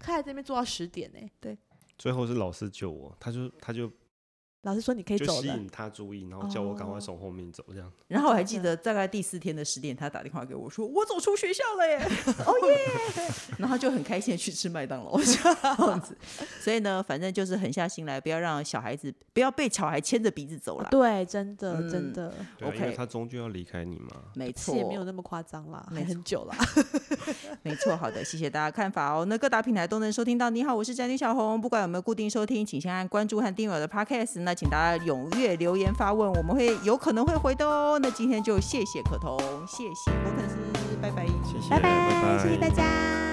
S2: 他还在那边做到十点呢、对，
S3: 最后是老师救我，他就他就
S2: 老师说你可以
S3: 就
S2: 走
S3: 吸
S2: 了
S3: 引。他注意，然后叫我赶快
S2: 哦
S3: 从后面走，这样。
S1: 然后我还
S2: 真
S1: 记
S2: 的
S1: 得大概第四天的十点，他打电话给我说：“我走出学校了 耶！”哦耶！ 然后就很开心的去吃麦当劳这样子。所以呢，反正就是狠下心来，不要让小孩子不要被小孩牵着鼻子走啦。
S2: 啊对，真的，真
S1: 嗯
S2: 的，
S3: 对啊因为
S1: OK
S3: 他终究要离开你嘛。
S1: 没
S2: 是
S1: 错，
S2: 也没有那么夸张啦，
S1: 没
S2: 还
S1: 错
S2: 很久啦。
S1: 没错，好的，谢谢大家看法哦。那各大平台都能收听到。你好，我是宅女小红。不管有没有固定收听，请先按关注和订阅我的 podcast。那请大家踊跃留言发问，我们会有可能会回的哦。那今天就谢谢可彤，谢谢工程师，拜拜，
S3: 谢 谢，
S2: 拜拜，
S3: 拜
S2: 谢谢大家。